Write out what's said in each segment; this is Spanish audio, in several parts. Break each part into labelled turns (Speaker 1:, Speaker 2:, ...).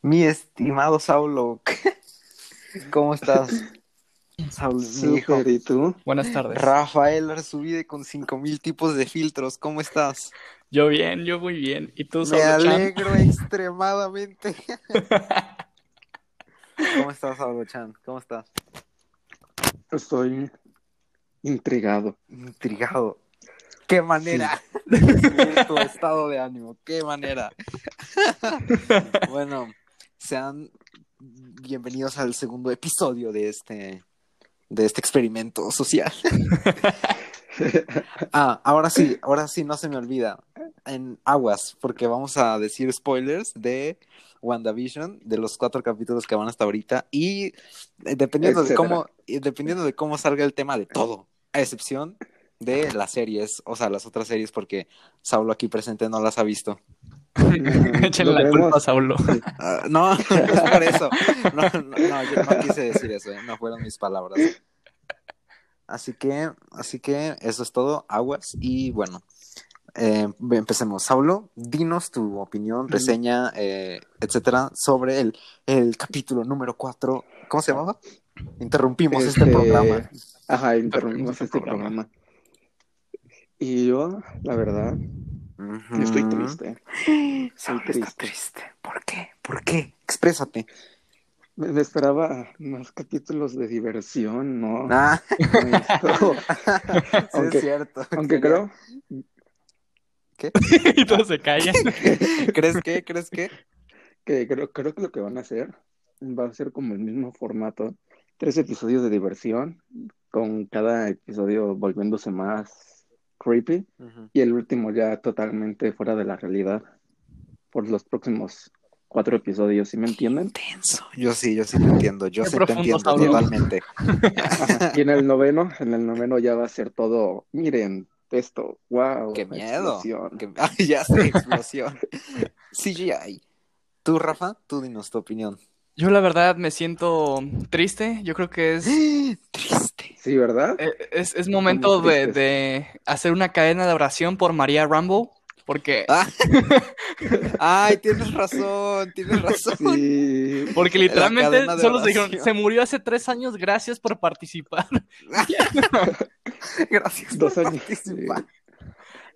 Speaker 1: Mi estimado Saulo, ¿cómo estás? Saulo, mi hijo.
Speaker 2: Súper, ¿y tú?
Speaker 3: Buenas tardes.
Speaker 1: Rafael Arzubide con 5000 tipos de filtros, ¿cómo estás?
Speaker 3: Yo bien, yo muy bien. ¿Y tú,
Speaker 1: Me
Speaker 3: Saulo Chan?
Speaker 1: alegro extremadamente. ¿Cómo estás, Saulo Chan? ¿Cómo estás?
Speaker 2: Estoy intrigado.
Speaker 1: Intrigado. Qué manera de subir tu estado de ánimo. Qué manera. bueno, sean bienvenidos al segundo episodio de este de este experimento social. ah, ahora sí, ahora sí no se me olvida. En aguas, porque vamos a decir spoilers de WandaVision, de los cuatro capítulos que van hasta ahorita y eh, dependiendo de
Speaker 2: Etcétera.
Speaker 1: cómo y dependiendo de cómo salga el tema de todo, a excepción de las series, o sea, las otras series porque Saulo aquí presente no las ha visto.
Speaker 3: Échenle
Speaker 2: Lo
Speaker 3: la
Speaker 2: vemos.
Speaker 3: culpa a Saulo.
Speaker 1: Ah, no, no es por eso. No, no, no, yo no quise decir eso, ¿eh? no fueron mis palabras. Así que, así que eso es todo, aguas. Y bueno, eh, empecemos. Saulo, dinos tu
Speaker 2: Mm.
Speaker 1: opinión, reseña, eh, etcétera, sobre el, el capítulo número 4. ¿Cómo se llamaba? Interrumpimos este,
Speaker 2: Este,
Speaker 1: programa.
Speaker 2: Ajá, interrumpimos
Speaker 3: Este
Speaker 2: este
Speaker 3: programa.
Speaker 2: programa. Y yo, la verdad,
Speaker 1: Ujú.
Speaker 2: estoy triste.
Speaker 1: Saulo
Speaker 2: Estoy
Speaker 1: está
Speaker 2: triste.
Speaker 1: triste. ¿Por qué? ¿Por qué? Exprésate.
Speaker 2: Me, me esperaba más capítulos de diversión, ¿no?
Speaker 1: Ah,
Speaker 2: No esto.
Speaker 1: sí,
Speaker 2: Aunque-
Speaker 1: es cierto.
Speaker 2: Aunque
Speaker 1: Quería-
Speaker 2: creo,
Speaker 3: y todos se callan.
Speaker 1: ¿Crees que? ¿Crees que?
Speaker 2: que creo, creo que lo que van a hacer va a ser como el mismo formato. Tres episodios de diversión, con cada episodio volviéndose más creepy. y el último ya totalmente fuera de la realidad por los próximos cuatro episodios, ¿sí me entienden?
Speaker 1: Intenso. Yo sí, yo sí te entiendo. Yo
Speaker 3: Qué
Speaker 1: sí te
Speaker 3: profundo,
Speaker 1: entiendo
Speaker 3: Saulo.
Speaker 1: totalmente.
Speaker 2: Ajá. Y en el noveno, en el noveno ya va a ser todo, miren, esto, wow.
Speaker 1: Qué miedo.
Speaker 2: explosión.
Speaker 1: Que- Ay, ya sé, explosión. CGI. Tú, Rafa, tú dinos tu opinión.
Speaker 3: Yo, la verdad, me siento triste. Yo creo que es,
Speaker 1: Triste.
Speaker 2: Sí, ¿verdad?
Speaker 3: eh, es, es momento
Speaker 2: Estamos
Speaker 3: de,
Speaker 2: tristes.
Speaker 3: de hacer una cadena de oración por María Rambo. Porque,
Speaker 1: Ah. Ay, tienes razón, tienes razón.
Speaker 2: Sí.
Speaker 3: porque
Speaker 1: La
Speaker 3: literalmente
Speaker 1: cadena de
Speaker 3: solo se dijeron,
Speaker 1: oración.
Speaker 3: se murió hace tres años, gracias por participar.
Speaker 1: Gracias
Speaker 2: Dos
Speaker 1: por
Speaker 2: años.
Speaker 1: participar.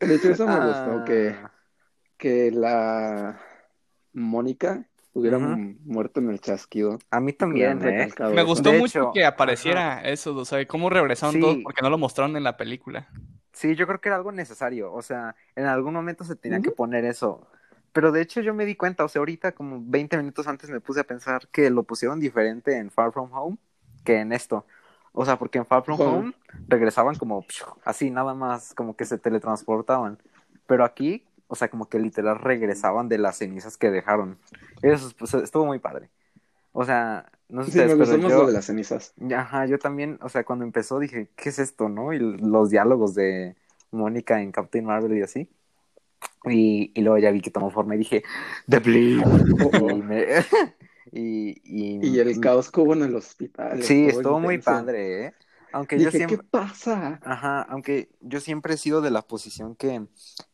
Speaker 2: De hecho, eso me
Speaker 1: Ah.
Speaker 2: gustó, que, que la Mónica hubiera
Speaker 1: Ujú.
Speaker 2: mu- muerto en el chasquido.
Speaker 1: A mí
Speaker 2: Hubieran
Speaker 1: también, ¿eh?
Speaker 2: recalcado
Speaker 3: Me
Speaker 2: eso.
Speaker 3: gustó
Speaker 1: De
Speaker 3: mucho
Speaker 1: hecho,
Speaker 3: que apareciera eso, o sea, cómo regresaron
Speaker 1: Sí.
Speaker 3: todos, porque no lo mostraron en la película.
Speaker 1: Sí, yo creo que era algo necesario, o sea, en algún momento se tenía que
Speaker 2: Ujú.
Speaker 1: poner eso. Pero de hecho yo me di cuenta, o sea, ahorita como 20 minutos antes me puse a pensar que lo pusieron diferente en Far From Home que en esto. O sea, porque en Far From
Speaker 2: Ujú.
Speaker 1: Home regresaban como pshu, así nada más, como que se teletransportaban. Pero aquí, o sea, como que literal regresaban de las cenizas que dejaron. Eso pues, estuvo muy padre. O sea, no sé
Speaker 2: Sí, me
Speaker 1: ustedes,
Speaker 2: gustó
Speaker 1: pero
Speaker 2: más
Speaker 1: yo...
Speaker 2: lo de las cenizas.
Speaker 1: Ajá, yo también, o sea, cuando empezó dije, ¿qué es esto, no? Y los diálogos de Mónica en Captain Marvel y así. Y, y luego ya vi que tomó forma y dije, The Blip.
Speaker 2: Oh,
Speaker 1: Y, me- y, y-
Speaker 2: Y el caos que hubo en el hospital.
Speaker 1: Sí, estuvo muy
Speaker 2: intenso.
Speaker 1: padre, ¿eh? Aunque yo
Speaker 2: Dije,
Speaker 1: siempre...
Speaker 2: ¿qué pasa?
Speaker 1: Ajá, aunque yo siempre he sido de la posición que,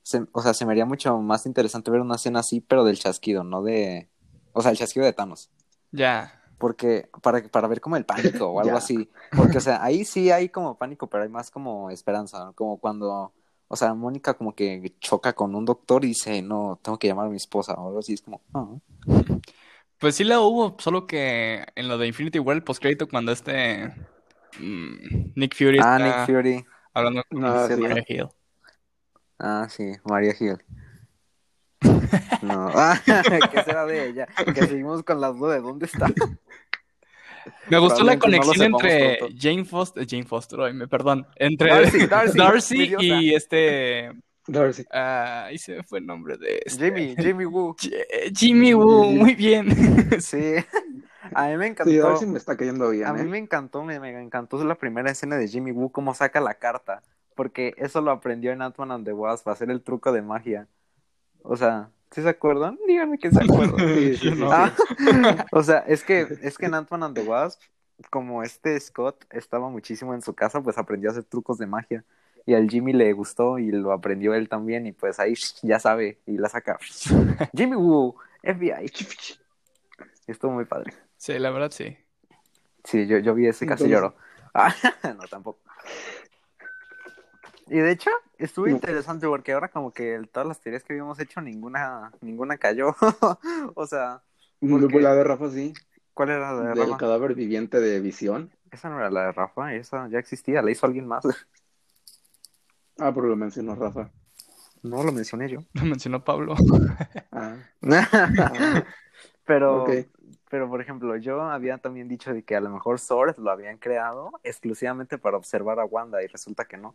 Speaker 1: se- o sea, se me haría mucho más interesante ver una escena así, pero del chasquido, no de... O sea, el chasquido de Thanos.
Speaker 3: Ya.
Speaker 1: Porque, para, para ver como el pánico o algo
Speaker 2: Ya.
Speaker 1: así. Porque, o sea, ahí sí hay como pánico, pero hay más como esperanza, ¿no? Como cuando, o sea, Mónica como que choca con un doctor y dice, no, tengo que llamar a mi esposa o algo así. Es como, ah.
Speaker 3: Pues sí la hubo, solo que en lo de Infinity War, el postcrédito, cuando este mm, Nick Fury
Speaker 1: Ah,
Speaker 3: está
Speaker 1: Nick Fury.
Speaker 3: hablando con
Speaker 2: Ah, sí.
Speaker 3: Maria Hill.
Speaker 1: Ah, sí, María Hill. No, ah, ¿qué será de ella? Que seguimos con la duda de dónde está.
Speaker 3: Me gustó
Speaker 1: Probablemente no
Speaker 3: la
Speaker 1: lo
Speaker 3: conexión
Speaker 1: sepamos
Speaker 3: entre
Speaker 1: pronto.
Speaker 3: Jane Foster, Jane Foster, ay, me perdón, entre
Speaker 1: Darcy,
Speaker 3: Darcy,
Speaker 1: Darcy,
Speaker 3: y este,
Speaker 2: Darcy.
Speaker 3: ah, ahí se me fue el nombre de este,
Speaker 1: Jimmy, Jimmy Woo.
Speaker 3: J- Jimmy Woo,
Speaker 2: Jimmy.
Speaker 3: muy bien.
Speaker 1: Sí, a mí me encantó.
Speaker 2: Sí, Darcy me está cayendo bien,
Speaker 1: A mí
Speaker 2: ¿eh?
Speaker 1: me encantó, me, me encantó la primera escena de Jimmy Woo, cómo saca la carta, porque eso lo aprendió en Ant-Man and the Wasp, hacer el truco de magia. O sea, ¿sí se acuerdan? Díganme que se acuerdan.
Speaker 2: Sí, sí,
Speaker 3: Yo
Speaker 2: sí,
Speaker 3: no.
Speaker 1: Ah, o sea, es que, es que en Ant-Man and the Wasp, como este Scott estaba muchísimo en su casa, pues aprendió a hacer trucos de magia. Y al Jimmy le gustó y lo aprendió él también, y pues ahí ya sabe, y la saca. Jimmy Woo, FBI. estuvo muy padre.
Speaker 3: Sí, la verdad sí.
Speaker 1: Sí, yo, yo vi ese y casi lloro.
Speaker 2: Entonces-
Speaker 1: Ah, no, tampoco. Y de hecho, estuvo
Speaker 2: No.
Speaker 1: interesante porque ahora como que el- todas las teorías que habíamos hecho, ninguna, ninguna cayó. o sea, ¿Por qué?
Speaker 2: Mm, La de Rafa, sí.
Speaker 1: ¿cuál era la de
Speaker 2: Del
Speaker 1: Rafa?
Speaker 2: cadáver viviente de visión.
Speaker 1: Esa no era la de Rafa, esa ya existía, la hizo alguien más.
Speaker 2: Ah, pero lo mencionó Rafa.
Speaker 1: No lo mencioné yo.
Speaker 3: Lo mencionó Pablo.
Speaker 2: Ah,
Speaker 1: pero,
Speaker 2: ok.
Speaker 1: ah. pero por ejemplo, yo había también dicho de que a lo mejor Sword lo habían creado exclusivamente para observar a Wanda y resulta que no.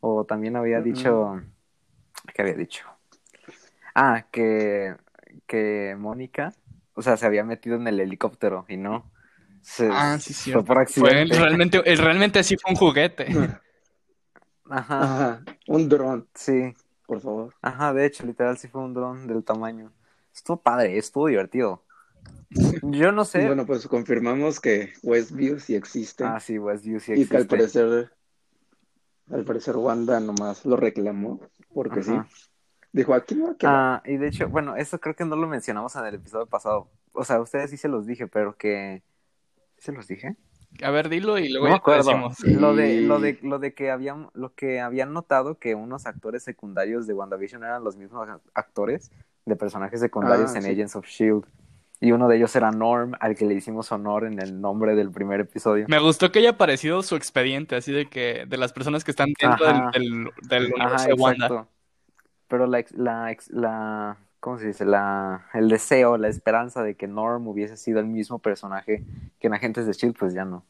Speaker 1: O también había
Speaker 2: Ujú.
Speaker 1: dicho, ¿qué había dicho? Ah, que, que Mónica, o sea, se había metido en el helicóptero y no. Se-
Speaker 3: Ah, sí, sí.
Speaker 1: Fue por accidente.
Speaker 3: realmente, eh, realmente sí fue un juguete.
Speaker 1: Ajá,
Speaker 2: Ajá, un dron,
Speaker 1: sí.
Speaker 2: por favor.
Speaker 1: Ajá, de hecho, literal sí fue un dron del tamaño. Estuvo padre, estuvo divertido. Yo no sé.
Speaker 2: Bueno, pues confirmamos que Westview sí existe.
Speaker 1: Ah, sí, Westview sí
Speaker 2: y que al
Speaker 1: existe.
Speaker 2: parecer, al parecer Wanda nomás lo reclamó, porque
Speaker 1: Ajá.
Speaker 2: sí. Dijo, aquí no, que
Speaker 1: Ah, y de hecho, bueno, eso creo que no lo mencionamos en el episodio pasado. O sea, ustedes sí se los dije, pero que ¿sí ¿se los dije?
Speaker 3: A ver, dilo y luego
Speaker 1: no me
Speaker 3: ya te
Speaker 1: acuerdo.
Speaker 3: decimos.
Speaker 1: Lo de, lo de, lo de que habían, lo que habían notado que unos actores secundarios de WandaVision eran los mismos ac- actores de personajes secundarios
Speaker 2: Ah,
Speaker 1: en
Speaker 2: sí.
Speaker 1: Agents of Shield. E Y uno de ellos era Norm, al que le hicimos honor en el nombre del primer episodio.
Speaker 3: Me gustó que haya aparecido su expediente, así de que de las personas que están dentro del,
Speaker 1: Ajá.
Speaker 3: del, del universo
Speaker 1: Ajá,
Speaker 3: de Wanda.
Speaker 1: exacto. Pero la, ex- la, ex- la, ¿cómo se dice? La, el deseo, la esperanza de que Norm hubiese sido el mismo personaje que en Agentes de Shield, pues ya no.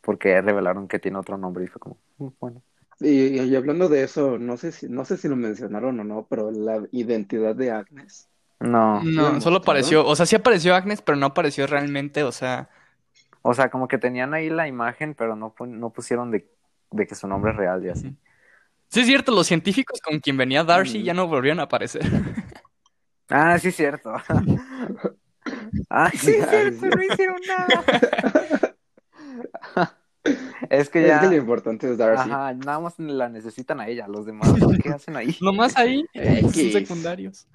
Speaker 1: Porque revelaron que tiene otro nombre y fue como, "Mm, bueno.
Speaker 2: Y, y hablando de eso, no sé si, no sé si lo mencionaron o no, pero la identidad de Agnes.
Speaker 1: No.
Speaker 3: No,
Speaker 2: ¿La
Speaker 3: solo
Speaker 2: mostraron?
Speaker 3: apareció, o sea, sí apareció Agnes, pero no apareció realmente, o sea,
Speaker 1: O sea, como que tenían ahí la imagen, pero no, pon- no pusieron de, de que su nombre es real y así.
Speaker 3: sí es cierto, los científicos con quien venía Darcy
Speaker 2: Mm.
Speaker 3: ya no volvieron a aparecer.
Speaker 1: Ah, sí, es cierto. ah, sí, es
Speaker 2: Ah, sí,
Speaker 1: cierto, no hicieron nada. es que
Speaker 2: Es
Speaker 1: ya.
Speaker 2: que lo importante es Darcy.
Speaker 1: Ajá, nada más la necesitan a ella, los demás, ¿qué hacen ahí?
Speaker 3: Nomás ahí son
Speaker 2: X.
Speaker 3: secundarios.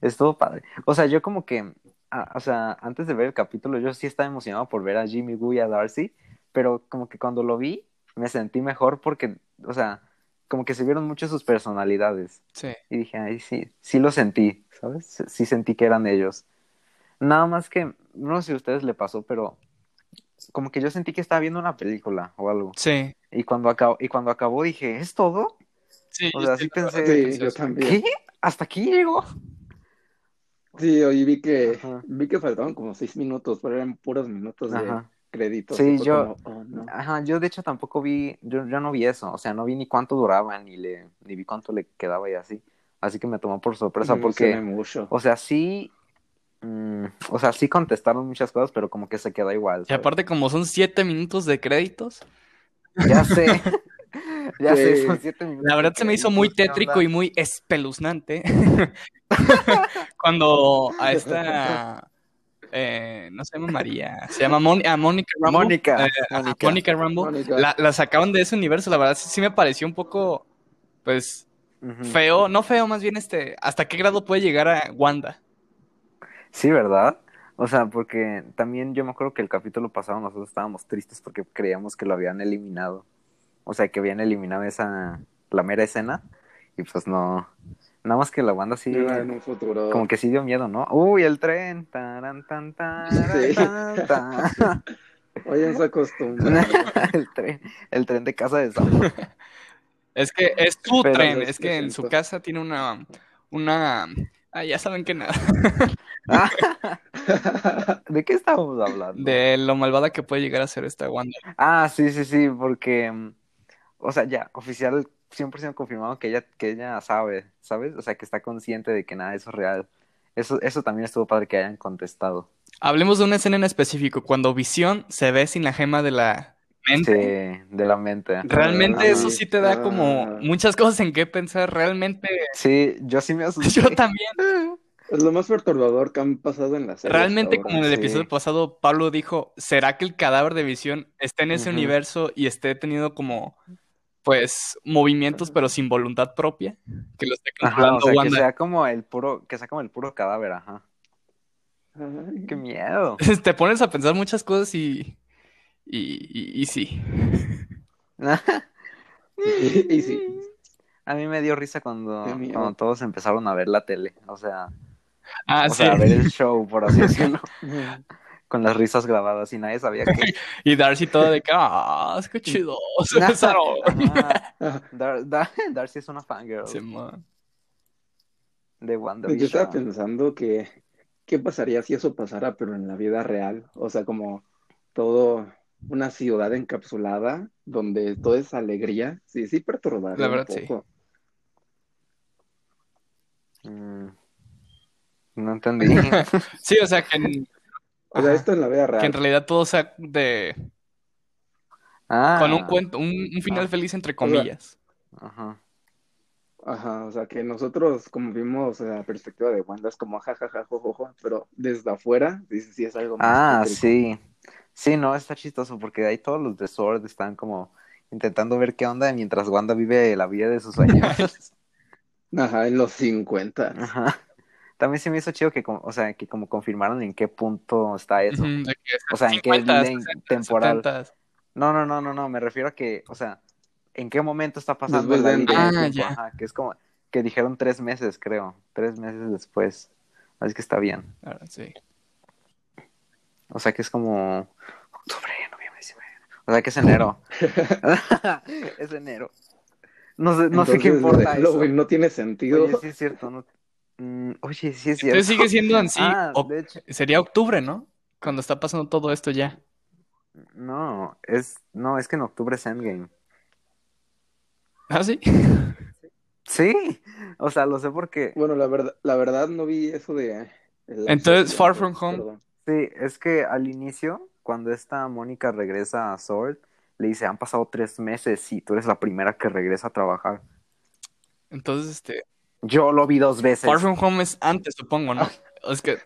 Speaker 1: Estuvo padre. O sea, yo como que, ah, o sea, antes de ver el capítulo, yo sí estaba emocionado por ver a Jimmy Woo y a Darcy, pero como que cuando lo vi, me sentí mejor porque, o sea, como que se vieron mucho sus personalidades.
Speaker 3: Sí.
Speaker 1: Y dije, ay, sí, sí lo sentí, ¿sabes? Sí- Sí sentí que eran ellos. Nada más que, no sé si a ustedes le pasó, pero como que yo sentí que estaba viendo una película o algo.
Speaker 3: Sí.
Speaker 1: Y cuando acabó, y cuando acabó dije, ¿es todo?
Speaker 3: Sí,
Speaker 1: O
Speaker 3: yo
Speaker 1: sea,
Speaker 3: estoy-
Speaker 1: sí pensé-
Speaker 2: Sí, yo
Speaker 3: eso.
Speaker 2: también.
Speaker 1: ¿Qué? ¿Hasta aquí llegó?
Speaker 2: Sí, hoy vi que
Speaker 1: Ajá.
Speaker 2: vi que faltaban como seis minutos, pero eran puros minutos de
Speaker 1: Ajá.
Speaker 2: créditos.
Speaker 1: Sí,
Speaker 2: Y fue
Speaker 1: yo-
Speaker 2: como, oh, no.
Speaker 1: Ajá, yo de hecho tampoco vi, yo, yo no vi eso, o sea, no vi ni cuánto duraba, ni le, ni vi cuánto le quedaba y así. Así que me tomó por sorpresa
Speaker 2: Me
Speaker 1: porque,
Speaker 2: emocioné mucho.
Speaker 1: o sea, sí, mm, o sea, sí contestaron muchas cosas, pero como que se quedó igual.
Speaker 3: Y
Speaker 1: ¿sabes?
Speaker 3: aparte, como son siete minutos de créditos,
Speaker 1: Ya sé, ya
Speaker 2: Sí.
Speaker 1: sé, son siete minutos.
Speaker 3: la verdad se me hizo muy tétrico y
Speaker 1: muy...
Speaker 3: muy espeluznante cuando a esta, eh, no se llama María, se llama Mon- a Mónica Rambo.
Speaker 1: Mónica,
Speaker 3: eh, a
Speaker 1: Mónica.
Speaker 3: Mónica Rambo,
Speaker 2: Mónica.
Speaker 3: La, la sacaban de ese universo, la verdad sí, sí me pareció un poco, pues,
Speaker 2: Mm.
Speaker 1: Ujú.
Speaker 3: feo, no feo, más bien este, ¿hasta qué grado puede llegar a Wanda?
Speaker 1: Sí, ¿verdad? O sea, porque también yo me acuerdo que el capítulo pasado nosotros estábamos tristes porque creíamos que lo habían eliminado. O sea, que habían eliminado esa, la mera escena. Y pues no. Nada más que la banda sí.
Speaker 2: Era en un futuro.
Speaker 1: Como que sí dio miedo, ¿no? Uy, el tren. Taran, tan, taran,
Speaker 2: Sí.
Speaker 1: tan, tan.
Speaker 2: Oigan, se acostumbran.
Speaker 1: el tren. El tren de casa de Sam.
Speaker 3: Es que es su
Speaker 1: Pero
Speaker 3: tren,
Speaker 2: lo
Speaker 3: es que en su
Speaker 2: siento.
Speaker 3: casa tiene una, una, ah, ya saben que nada,
Speaker 1: Ah, ¿De qué estábamos hablando?
Speaker 3: de lo malvada que puede llegar a ser esta Wanda.
Speaker 1: Ah, sí, sí, sí, porque, mm, o sea, ya, oficial 100% confirmado que ella, que ella sabe, ¿sabes? O sea, que está consciente de que nada de eso es real. Eso, eso también estuvo padre que hayan contestado.
Speaker 3: Hablemos de una escena en específico, cuando Visión se ve sin la gema de la
Speaker 1: Sí, Ah,
Speaker 3: mente.
Speaker 1: de la mente. ajá.
Speaker 3: Realmente
Speaker 1: Ajá.
Speaker 3: eso sí te da como
Speaker 2: Ah.
Speaker 3: muchas cosas en qué pensar, realmente
Speaker 1: Sí, yo sí me asusté.
Speaker 3: yo también.
Speaker 2: Es lo más perturbador que han pasado en la serie.
Speaker 3: Realmente,
Speaker 2: hasta
Speaker 3: como en
Speaker 2: ahora.
Speaker 3: el
Speaker 1: sí.
Speaker 3: episodio pasado, Pablo dijo, ¿será que el cadáver de Visión está en ese
Speaker 1: Ujú.
Speaker 3: universo y esté teniendo como, pues, movimientos, pero sin voluntad propia? Que lo esté
Speaker 1: Ajá,
Speaker 3: controlando
Speaker 1: o sea, que
Speaker 3: Wanda.
Speaker 1: sea como el puro, que sea como el puro cadáver, ajá.
Speaker 2: Ay,
Speaker 1: ¡Qué miedo!
Speaker 3: Te pones a pensar muchas cosas y, y, y, y sí.
Speaker 2: y sí.
Speaker 1: A mí me dio risa cuando,
Speaker 2: Qué miedo.
Speaker 1: cuando todos empezaron a ver la tele. O sea,
Speaker 3: Ah,
Speaker 1: o
Speaker 3: sí.
Speaker 1: sea, a ver el show, por así decirlo. Con las risas grabadas y nadie sabía que.
Speaker 3: Y Darcy todo de que, ah, es que chido.
Speaker 1: Ajá.
Speaker 2: Ah,
Speaker 1: Dar- Dar- Darcy es una fangirl
Speaker 3: Simón.
Speaker 1: de
Speaker 2: yo estaba
Speaker 1: WandaVision.
Speaker 2: pensando que qué pasaría si eso pasara, pero en la vida real. O sea, como todo una ciudad encapsulada donde todo es alegría. Sí, sí, perturbaría
Speaker 3: La verdad,
Speaker 2: un
Speaker 3: sí.
Speaker 2: poco.
Speaker 1: Mm. No entendí.
Speaker 3: Sí, o sea, que en,
Speaker 2: O sea,
Speaker 1: Ajá.
Speaker 2: esto en la vida
Speaker 3: que en
Speaker 2: real.
Speaker 3: realidad todo sea de,
Speaker 1: Ah,
Speaker 3: con un cuento, un, un final
Speaker 1: Ah.
Speaker 3: feliz entre comillas.
Speaker 1: Ajá.
Speaker 2: Ajá, o sea, que nosotros como vimos la perspectiva de Wanda es como jajaja, jojojo, pero desde afuera dices sí es algo más
Speaker 1: Ah,
Speaker 2: tétrico.
Speaker 1: sí. Sí, no, está chistoso porque ahí todos los de Sword están como intentando ver qué onda mientras Wanda vive la vida de sus sueños.
Speaker 2: Ajá, en los 50.
Speaker 1: Ajá. También se me hizo chido que, como- o sea, que como confirmaron en qué punto está eso.
Speaker 3: Ujú, de que
Speaker 1: O sea, en qué
Speaker 3: 50s,
Speaker 1: línea
Speaker 3: 60s,
Speaker 1: temporal.
Speaker 3: 70s.
Speaker 1: No, no, no, no, no, me refiero a que, o sea, en qué momento está pasando
Speaker 2: Después
Speaker 1: la
Speaker 2: de
Speaker 1: línea del
Speaker 3: Endgame. Ah,
Speaker 1: tiempo,
Speaker 3: ya.
Speaker 1: ajá, que es como que dijeron tres meses, creo, tres meses después. Así que está bien.
Speaker 3: Ahora sí.
Speaker 1: O sea, que es como octubre, noviembre, diciembre. O sea, que es enero. es enero. No sé, no sé qué
Speaker 2: Entonces, lo de
Speaker 1: importa eso.
Speaker 2: Halloween no tiene sentido.
Speaker 1: Oye, sí es cierto. no- Mm, oye, sí es cierto.
Speaker 3: Entonces sigue siendo en sí.
Speaker 1: Ah,
Speaker 3: oc-
Speaker 1: de hecho,
Speaker 3: Sería octubre, ¿no? Cuando está pasando todo esto ya.
Speaker 1: no, es, no, es que en octubre es Endgame.
Speaker 3: ¿Ah, sí?
Speaker 1: Sí, o sea, lo sé porque
Speaker 2: Bueno, la verdad, la verdad no vi eso de... eh, el-
Speaker 3: Entonces, Far From Home.
Speaker 2: Perdón.
Speaker 1: Sí, es que al inicio, cuando esta Mónica regresa a Sword, le dice, han pasado tres meses y tú eres la primera que regresa a trabajar.
Speaker 3: Entonces, este.
Speaker 1: Yo lo vi dos veces.
Speaker 3: Far From Home es antes, supongo, ¿no?
Speaker 1: Ah.
Speaker 3: Es que.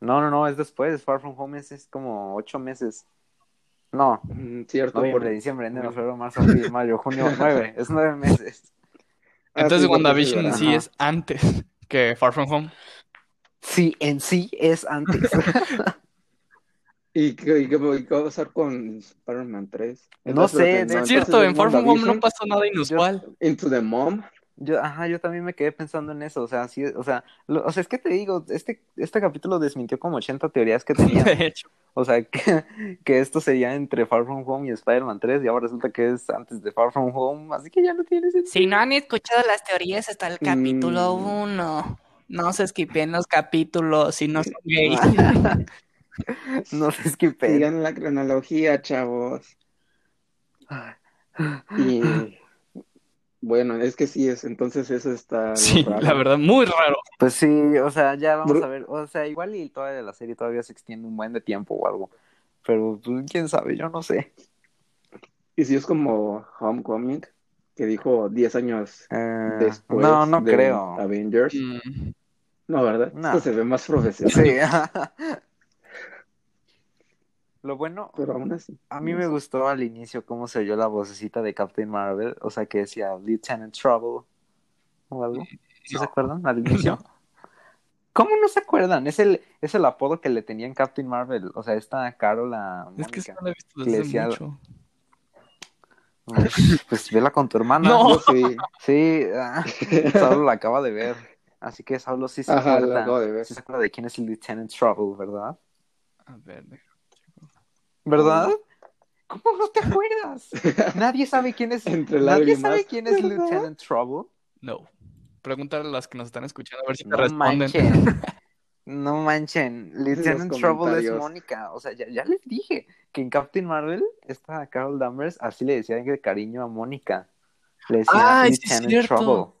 Speaker 1: No, no, no, es después. Far From Home es, es como ocho meses. No,
Speaker 2: Mm, Cierto, por...
Speaker 1: noviembre, diciembre, enero, febrero, marzo, abril, mayo, junio, nueve. Es nueve meses.
Speaker 2: Ah,
Speaker 3: Entonces,
Speaker 2: sí, porque
Speaker 3: WandaVision en
Speaker 2: es
Speaker 3: sí
Speaker 1: verdad.
Speaker 3: es antes que Far From Home.
Speaker 1: Sí, en sí es antes.
Speaker 2: ¿Y qué, y qué- y qué va a pasar con Spider-Man 3?
Speaker 1: No
Speaker 2: Entonces,
Speaker 1: sé,
Speaker 2: lo que-
Speaker 1: de-
Speaker 2: entonces,
Speaker 3: Cierto, en
Speaker 2: es
Speaker 3: Far From Home no
Speaker 2: WandaVision,
Speaker 3: pasó nada inusual.
Speaker 2: Into the Mom.
Speaker 1: Yo, ajá, yo también me quedé pensando en eso. O sea, sí, o sea, lo- o sea, es que te digo, este, este capítulo desmintió como 80 teorías que tenía.
Speaker 3: De hecho.
Speaker 1: O sea, que, que esto sería entre Far From Home y Spider-Man 3 y ahora resulta que es antes de Far From Home, así que ya no tiene sentido.
Speaker 4: Si no han escuchado las teorías hasta el capítulo
Speaker 2: Mm.
Speaker 4: 1, no se esquipen los capítulos si no son gays.
Speaker 1: No sé, es que pe-
Speaker 2: Sigan la cronología, chavos. Y bueno, es que sí es, entonces eso está
Speaker 3: Sí,
Speaker 2: raro.
Speaker 3: la verdad, muy raro.
Speaker 1: Pues sí, o sea, ya vamos
Speaker 2: Bru-
Speaker 1: a ver. O sea, igual y todavía la serie todavía se extiende un buen de tiempo o algo. Pero pues, quién sabe, yo no sé.
Speaker 2: Y si es como Homecoming, que dijo 10 años
Speaker 1: Eh,
Speaker 2: después
Speaker 1: no, no
Speaker 2: de
Speaker 1: creo.
Speaker 2: Avengers.
Speaker 3: Mm,
Speaker 2: No, ¿verdad?
Speaker 1: No.
Speaker 2: Esto se ve más profesional.
Speaker 1: Sí. Lo bueno,
Speaker 2: Pero aún así.
Speaker 1: a mí me gustó al inicio cómo se oyó la vocecita de Captain Marvel, o sea, que decía Lieutenant Trouble o algo. ¿Sí
Speaker 3: No.
Speaker 1: se acuerdan al inicio? ¿Cómo no se acuerdan? Es el, es el apodo que le tenían Captain Marvel, o sea, esta Carol a
Speaker 3: Es
Speaker 1: Mónica.
Speaker 3: que eso no lo he visto
Speaker 1: Le
Speaker 3: desde
Speaker 1: decía-
Speaker 3: mucho.
Speaker 1: Pues vela con tu hermana.
Speaker 3: No.
Speaker 2: Yo sí.
Speaker 1: Sí, ah, Saulo la acaba de ver. Así que Saulo sí se
Speaker 2: Ajá, lo
Speaker 1: acuerda.
Speaker 2: acabo de ver.
Speaker 1: Sí se acuerda de quién es el Lieutenant Trouble, ¿verdad?
Speaker 3: A ver, deja-
Speaker 1: ¿Verdad? ¿Cómo no te acuerdas? Nadie sabe quién es.
Speaker 2: Entre
Speaker 1: Nadie
Speaker 2: lágrimas.
Speaker 1: sabe quién es
Speaker 2: ¿Verdad?
Speaker 1: Lieutenant Trouble.
Speaker 3: no. Pregúntale a las que nos están escuchando a ver si te
Speaker 1: No
Speaker 3: responden.
Speaker 1: manchen. No manchen. Lieutenant
Speaker 2: Los
Speaker 1: Trouble es
Speaker 2: comentarios.
Speaker 1: Mónica. O sea, ya, ya les dije que en Captain Marvel, esta Carol Danvers así le decía de cariño a Mónica. Le decía
Speaker 3: Ah, sí es
Speaker 1: Lieutenant
Speaker 3: cierto.
Speaker 1: Trouble.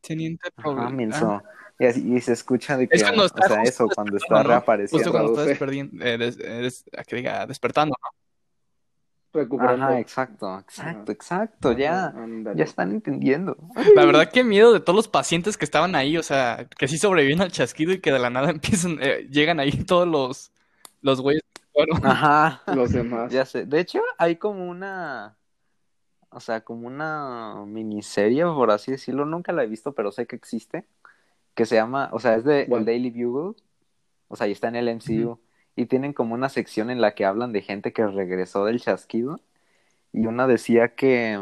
Speaker 3: Teniente
Speaker 1: Ajá,
Speaker 3: Powell.
Speaker 1: menso. Y, así- y se escucha de que.
Speaker 3: Es cuando está
Speaker 1: o sea,
Speaker 3: justo
Speaker 1: eso, cuando está
Speaker 3: despertando, ¿no?
Speaker 1: reapareciendo.
Speaker 3: Justo cuando está
Speaker 2: traduce.
Speaker 3: desperdiendo, eh, des- eh, des- a que diga, despertando, ¿no?
Speaker 2: Recuperando.
Speaker 1: Ajá, exacto, exacto,
Speaker 2: Ajá.
Speaker 1: exacto. Ya,
Speaker 2: Ándale.
Speaker 1: ya están entendiendo.
Speaker 3: La verdad, qué miedo de todos los pacientes que estaban ahí, o sea, que sí sobrevivieron al chasquido y que de la nada empiezan, eh, llegan ahí todos los, los güeyes que fueron.
Speaker 1: Ajá.
Speaker 2: Los demás.
Speaker 1: Ya sé. De hecho, hay como una. O sea, como una miniserie, por así decirlo. Nunca la he visto, pero sé que existe. Que se llama. O sea, es de
Speaker 2: ¿Cuál?
Speaker 1: el Daily Bugle. O sea, y está en el MCU. Y tienen como una sección en la que hablan de gente que regresó del chasquido. Y una decía que.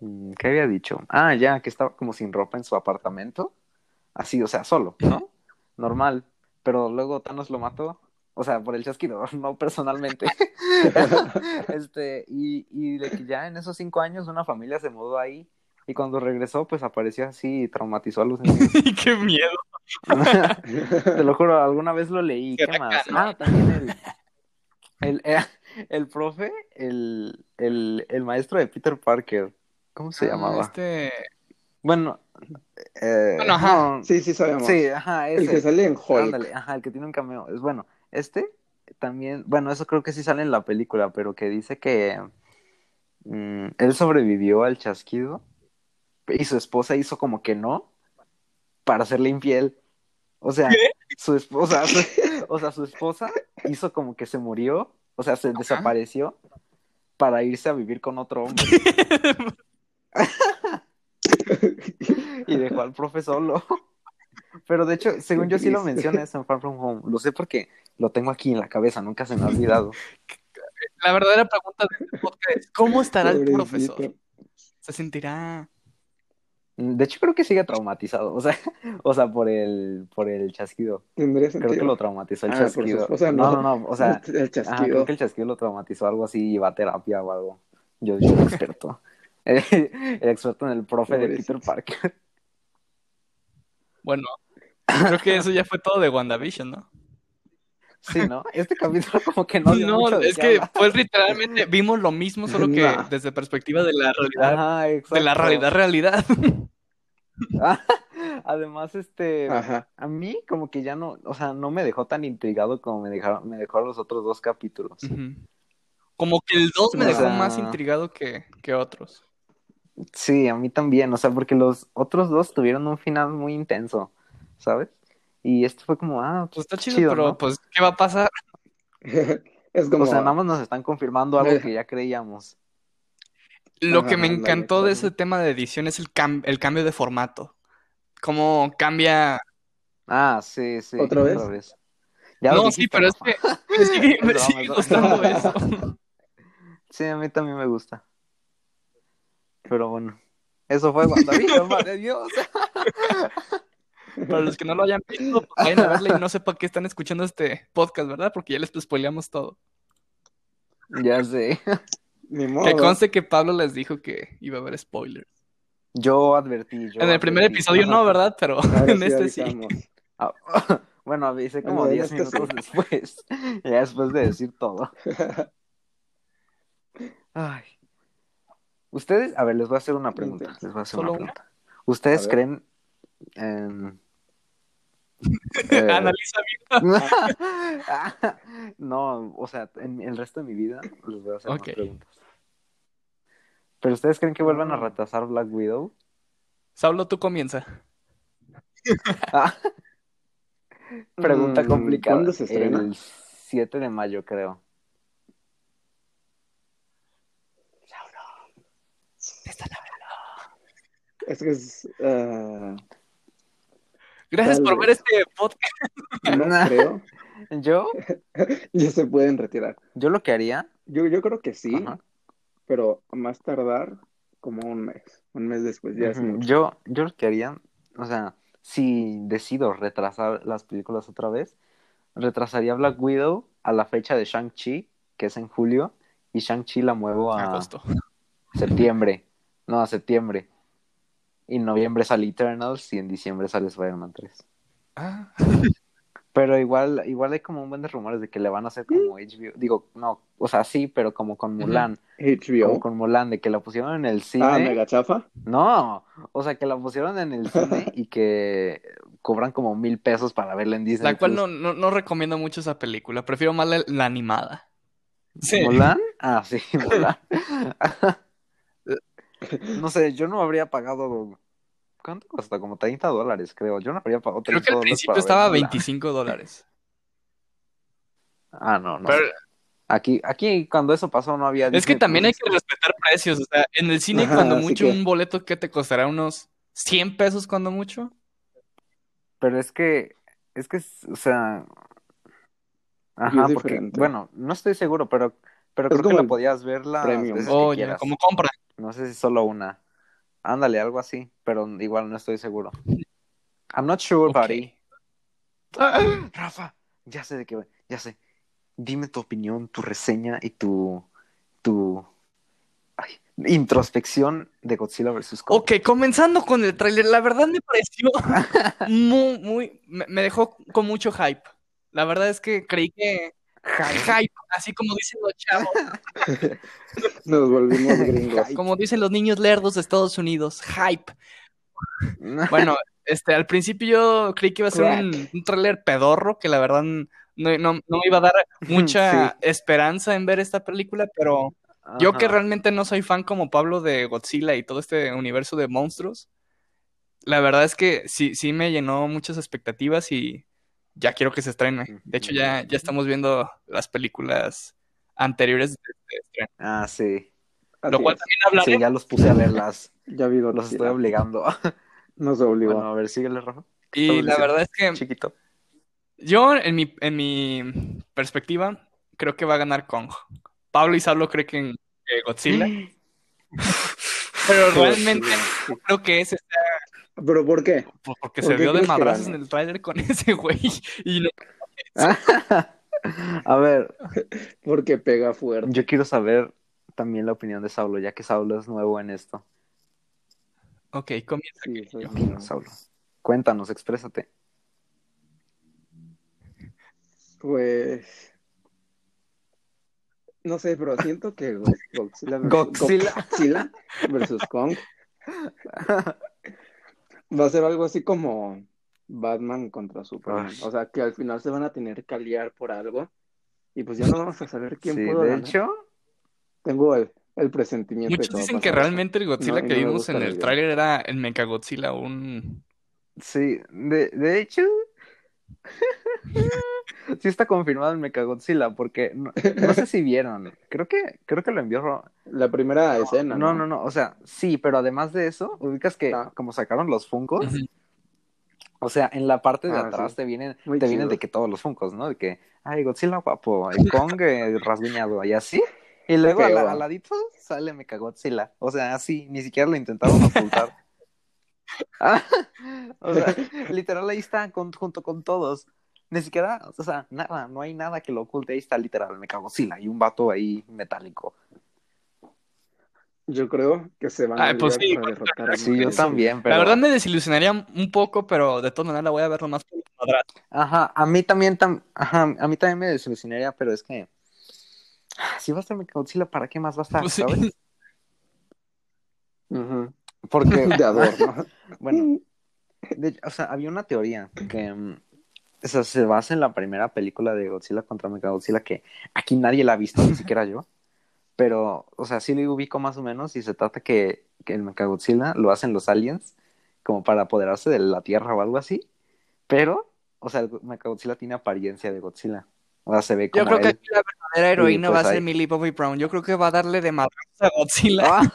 Speaker 1: mm, ¿Qué había dicho? Ah, ya, que estaba como sin ropa en su apartamento. Así, o sea, solo, ¿no? Normal. Pero luego Thanos lo mató. O sea, por el chasquido, no personalmente. este, y, y de que ya en esos cinco años una familia se mudó ahí. Y cuando regresó, pues apareció así y traumatizó a los niños.
Speaker 3: ¡Qué miedo!
Speaker 1: Te lo juro, alguna vez lo leí.
Speaker 3: Qué
Speaker 1: ¿Qué, más?
Speaker 3: bacano.
Speaker 1: Ah, también el, el, eh, el profe, el, el, el maestro de Peter Parker. ¿Cómo se
Speaker 3: Ah,
Speaker 1: llamaba?
Speaker 3: Este...
Speaker 1: Bueno, eh,
Speaker 3: Bueno, ajá.
Speaker 1: no,
Speaker 2: Sí, sí sabemos.
Speaker 1: sí, ajá,
Speaker 2: el que
Speaker 1: ese.
Speaker 2: sale en Hulk.
Speaker 1: Ándale, ajá, el que tiene un cameo. Es bueno, este también, bueno, eso creo que sí sale en la película, pero que dice que mm, él sobrevivió al chasquido y su esposa hizo como que no para hacerle infiel. O sea, su esposa, su- o sea, su esposa hizo como que se murió, o sea, se desapareció para irse a vivir con otro hombre. y dejó al profe solo. Pero de hecho, según yo sí lo
Speaker 2: triste.
Speaker 1: mencioné en Far From Home. Lo sé porque lo tengo aquí en la cabeza, nunca se me ha olvidado.
Speaker 3: La verdadera pregunta de este podcast es, ¿cómo estará el
Speaker 2: Pobrecito.
Speaker 3: profesor? ¿Se sentirá?
Speaker 1: De hecho, creo que sigue traumatizado. O sea, o sea, por el, por el chasquido.
Speaker 2: Tendría
Speaker 1: Creo
Speaker 2: sentido.
Speaker 1: que lo traumatizó el
Speaker 2: Ah, por su
Speaker 1: chasquido.
Speaker 2: esposa,
Speaker 1: no,
Speaker 2: no.
Speaker 1: no, no. O sea,
Speaker 2: el
Speaker 1: ajá,
Speaker 2: chasquido.
Speaker 1: creo que el chasquido lo traumatizó algo así y va a terapia o algo. Yo soy experto. El, el experto en el profe de
Speaker 2: Pobrecito.
Speaker 1: Peter Parker.
Speaker 3: Bueno, creo que eso ya fue todo de WandaVision, ¿no?
Speaker 1: Sí, ¿no? Este capítulo como que no dio mucho de
Speaker 3: es
Speaker 1: qué
Speaker 3: que
Speaker 1: hablar.
Speaker 3: pues literalmente vimos lo mismo, solo que
Speaker 2: Nah.
Speaker 3: desde perspectiva de la realidad,
Speaker 1: Ajá,
Speaker 3: de la
Speaker 1: exacto.
Speaker 3: realidad, realidad.
Speaker 1: Además, este...
Speaker 2: Ajá.
Speaker 1: A mí como que ya no, o sea, no me dejó tan intrigado como me dejaron, me dejó los otros dos capítulos.
Speaker 3: Ujú. Como que el 2 me
Speaker 1: O
Speaker 3: dejó
Speaker 1: sea-
Speaker 3: más intrigado que, que otros.
Speaker 1: Sí, a mí también, o sea, porque los otros dos tuvieron un final muy intenso, ¿sabes? Y esto fue como, ah,
Speaker 3: Pues está chido,
Speaker 1: Chido,
Speaker 3: pero
Speaker 1: ¿no?
Speaker 3: pues, ¿qué va a pasar? Pues
Speaker 2: es como.
Speaker 1: o sea, nada más nos están confirmando algo que ya creíamos.
Speaker 3: Lo que
Speaker 2: Ajá,
Speaker 3: me
Speaker 2: ándale,
Speaker 3: encantó de
Speaker 2: claro.
Speaker 3: ese tema de edición es el, cam- el cambio de formato. Cómo cambia.
Speaker 1: Ah, sí, sí.
Speaker 2: ¿Otra vez?
Speaker 1: Ya lo
Speaker 3: no, sí,
Speaker 1: dijiste,
Speaker 3: pero es
Speaker 1: Rafa.
Speaker 3: que me sigue, me
Speaker 1: Es broma,
Speaker 3: sigue
Speaker 1: es broma.
Speaker 3: gustando eso.
Speaker 1: Sí, a mí también me gusta. Pero bueno, eso fue WandaVision, madre de Dios.
Speaker 3: Para los que no lo hayan visto, pues, vayan a verla y no sepa que están escuchando este podcast, ¿verdad? Porque ya les spoileamos todo.
Speaker 1: Ya sé.
Speaker 2: Ni modo.
Speaker 3: Que conste que Pablo les dijo que iba a haber spoilers.
Speaker 1: Yo advertí, yo
Speaker 3: en el primer
Speaker 1: advertí.
Speaker 3: episodio no, ¿verdad? Pero
Speaker 2: Ahora
Speaker 3: en este sí.
Speaker 2: avisamos.
Speaker 1: Ah, Bueno, avisé como
Speaker 2: Bueno, en
Speaker 1: 10
Speaker 2: este sí.
Speaker 1: minutos después, ya después de decir todo. Ay. Ustedes, a ver, les voy a hacer una pregunta. Les voy a hacer una
Speaker 3: ¿Solo una?
Speaker 1: pregunta. ¿Ustedes
Speaker 2: A ver.
Speaker 1: creen... em, eh,
Speaker 3: Analiza bien.
Speaker 1: no, o sea, en el resto de mi vida les voy a hacer
Speaker 3: Ok.
Speaker 1: más preguntas. ¿Pero ustedes creen que vuelvan a
Speaker 2: Mm.
Speaker 1: retrasar Black Widow?
Speaker 3: Saulo, tú comienza.
Speaker 1: Ah, pregunta
Speaker 2: Mm,
Speaker 1: complicada.
Speaker 2: ¿Cuándo se estrena?
Speaker 1: El 7 de mayo, creo.
Speaker 2: Es que es. ah,
Speaker 3: Gracias
Speaker 2: Tal
Speaker 3: por ver
Speaker 2: vez.
Speaker 3: este podcast.
Speaker 2: no creo.
Speaker 1: Yo,
Speaker 2: Ya se pueden retirar.
Speaker 1: yo lo que haría...
Speaker 2: Yo, yo creo que sí,
Speaker 1: Ajá.
Speaker 2: pero a más tardar como un mes. Un mes después ya es
Speaker 1: Ujú.
Speaker 2: mucho.
Speaker 1: Yo, yo lo que haría, o sea, si decido retrasar las películas otra vez, retrasaría Black Widow a la fecha de Shang-Chi, que es en julio, y Shang-Chi la muevo a
Speaker 3: Agosto.
Speaker 1: septiembre. No, a septiembre. Y en noviembre sale Eternals y en diciembre sale Spider-Man 3.
Speaker 3: Ah,
Speaker 1: Pero igual, igual hay como un buen de rumores de que le van a hacer como HBO. Digo, no, o sea, sí, pero como con
Speaker 3: Ujú.
Speaker 1: Mulan. Como
Speaker 2: HBO.
Speaker 1: con ¿eh? Mulan, de que la pusieron en el cine.
Speaker 2: Ah, mega chafa.
Speaker 1: No, o sea que la pusieron en el cine y que cobran como mil pesos para verla en Disney.
Speaker 3: la cual
Speaker 1: Plus.
Speaker 3: no, no, no recomiendo mucho esa película. Prefiero más la, la animada. Sí.
Speaker 1: ¿Mulan? Ah, sí, Mulan. no sé, yo no habría pagado. ¿Cuánto cuesta? Como 30 dólares, creo. Yo no habría pagado
Speaker 3: Creo
Speaker 1: 30
Speaker 3: que al
Speaker 1: dólares
Speaker 3: principio
Speaker 1: para ver
Speaker 3: estaba a
Speaker 1: Mulan.
Speaker 3: 25 dólares.
Speaker 1: Ah, no, no.
Speaker 3: Pero
Speaker 1: Aquí, aquí, cuando eso pasó, no había.
Speaker 3: es que
Speaker 1: Disney
Speaker 3: también hay
Speaker 1: Plus.
Speaker 3: que respetar precios. O sea, en el cine,
Speaker 2: Ajá,
Speaker 3: cuando
Speaker 2: así
Speaker 3: mucho,
Speaker 2: que-
Speaker 3: un boleto que te costará unos 100 pesos, cuando mucho.
Speaker 1: Pero es que. Es que, es- o sea.
Speaker 2: Y
Speaker 1: Ajá,
Speaker 2: es
Speaker 1: porque,
Speaker 2: diferente.
Speaker 1: bueno, no estoy seguro, pero, pero
Speaker 2: Es
Speaker 1: creo que
Speaker 2: como
Speaker 1: la
Speaker 2: el
Speaker 1: podías ver las
Speaker 2: premium.
Speaker 1: veces que
Speaker 3: Oh, ya,
Speaker 1: Pues quieras.
Speaker 3: como compra.
Speaker 1: No sé si solo una. Ándale, algo así, pero igual no estoy seguro. I'm not sure, buddy. Ah, Rafa, ya sé de qué va, ya sé. Dime tu opinión, tu reseña y tu tu ay, introspección de Godzilla vs. Kong.
Speaker 3: Ok, comenzando con el tráiler, la verdad me pareció muy, muy, me me dejó con mucho hype. La verdad es que creí que hype, así como dicen los chavos,
Speaker 2: Nos volvimos gringos.
Speaker 3: como dicen los niños lerdos de Estados Unidos, hype. Bueno, este, al principio yo creí que iba a ser un, un tráiler pedorro, que la verdad no, no, no me iba a dar mucha esperanza en ver esta película, pero yo que
Speaker 1: Ajá.
Speaker 3: realmente no soy fan como Pablo de Godzilla y todo este universo de monstruos, la verdad es que sí, sí me llenó muchas expectativas y ya quiero que se estrene. De hecho, ya, ya estamos viendo las películas anteriores de este estreno,
Speaker 1: Ah, sí.
Speaker 3: lo
Speaker 2: Así
Speaker 3: cual
Speaker 2: es,
Speaker 3: también hablaré.
Speaker 1: Sí, ya los puse a verlas.
Speaker 2: ya vi
Speaker 1: Los estoy
Speaker 2: Godzilla.
Speaker 1: obligando.
Speaker 2: Nos obligó.
Speaker 1: Bueno, a ver, síguele, Rafa.
Speaker 3: Y la
Speaker 1: diciendo.
Speaker 3: verdad es que
Speaker 1: Chiquito.
Speaker 3: yo, en mi, en mi perspectiva, creo que va a ganar Kong. Pablo y Sablo creen que que Godzilla, pero realmente no creo que es
Speaker 2: ¿Pero por qué?
Speaker 3: Pues porque
Speaker 2: ¿Por
Speaker 3: se
Speaker 2: qué
Speaker 3: vio de
Speaker 2: crees que
Speaker 3: madrazos en
Speaker 2: gane?
Speaker 3: el tráiler con ese güey. Y no-
Speaker 1: A ver,
Speaker 2: Porque pega fuerte.
Speaker 1: yo quiero saber también la opinión de Saulo, ya que Saulo es nuevo en esto.
Speaker 3: Ok, comienza.
Speaker 2: Sí, eso es
Speaker 1: Opina,
Speaker 2: mío.
Speaker 1: Saulo. Cuéntanos, exprésate.
Speaker 2: Pues. No sé, pero siento que Go- Godzilla versus,
Speaker 1: Godzilla.
Speaker 2: Godzilla versus Kong va a ser algo así como Batman contra Superman.
Speaker 1: Ay.
Speaker 2: O sea, que al final se van a tener que aliar por algo. Y pues ya no vamos a saber quién
Speaker 1: Sí,
Speaker 2: pudo
Speaker 1: de
Speaker 2: ganar.
Speaker 1: hecho,
Speaker 2: Tengo el, el presentimiento de
Speaker 3: Muchos
Speaker 2: va a
Speaker 3: dicen que
Speaker 2: pasar eso.
Speaker 3: realmente el Godzilla
Speaker 2: No, y
Speaker 3: que
Speaker 2: no me
Speaker 3: vimos
Speaker 2: gusta
Speaker 3: en
Speaker 2: la
Speaker 3: el
Speaker 2: idea.
Speaker 3: tráiler era el Mecha Godzilla, un...
Speaker 1: sí, de, de hecho, sí está confirmado el Mechagodzilla, porque no, no sé si vieron, creo que, creo que lo envió Ro-
Speaker 2: La primera escena.
Speaker 1: No, no, no, o sea, sí, pero además de eso, ubicas que
Speaker 2: Ah.
Speaker 1: como sacaron los Funkos,
Speaker 3: Ujú.
Speaker 1: o sea, en la parte de
Speaker 2: Ah,
Speaker 1: atrás
Speaker 2: sí.
Speaker 1: te vienen,
Speaker 2: Muy
Speaker 1: te vienen
Speaker 2: chido.
Speaker 1: de que todos los Funkos, ¿no? De que, ay, Godzilla guapo, y Kong eh, rasguñado, y así. Y luego al,
Speaker 2: Feo.
Speaker 1: al ladito sale Mechagodzilla. O sea, así, ni siquiera lo intentaron ocultar. Ah, o sea, literal ahí está con- junto con todos. Ni siquiera, o sea, nada, no hay nada que lo oculte. Ahí está literal Mechagodzilla y un vato ahí metálico.
Speaker 2: Yo creo que se van
Speaker 3: Ay, pues
Speaker 2: aliar
Speaker 3: sí,
Speaker 2: para derrotar a
Speaker 1: Sí, yo
Speaker 2: Mechagodzilla.
Speaker 1: también, pero...
Speaker 3: La verdad me desilusionaría un poco, pero de todas maneras la voy a ver nomás por el madrazo.
Speaker 1: Ajá, a mí también, tam- ajá, a mí también me desilusionaría, pero es que ah, si va a estar Godzilla, ¿para qué más va a
Speaker 2: Ah,
Speaker 1: estar?
Speaker 3: Pues sí.
Speaker 1: ¿Sabes?
Speaker 2: Ujú.
Speaker 1: Porque,
Speaker 2: De adorno.
Speaker 1: bueno, de- o sea, había una teoría que mm, o sea, se basa en la primera película de Godzilla contra Mechagodzilla, que aquí nadie la ha visto, ni siquiera yo. Pero, o sea, sí lo ubico más o menos y se trata que, que el Mechagodzilla lo hacen los aliens como para apoderarse de la Tierra o algo así. Pero, o sea, el Mechagodzilla tiene apariencia de Godzilla. O sea, se ve
Speaker 3: Yo
Speaker 1: como
Speaker 3: creo que
Speaker 1: él.
Speaker 3: aquí la verdadera heroína
Speaker 1: Sí,
Speaker 3: va a
Speaker 1: pues,
Speaker 3: ser
Speaker 1: ahí.
Speaker 3: Millie Bobby Brown. Yo creo que va a darle de madrazos a Godzilla.
Speaker 1: Ah,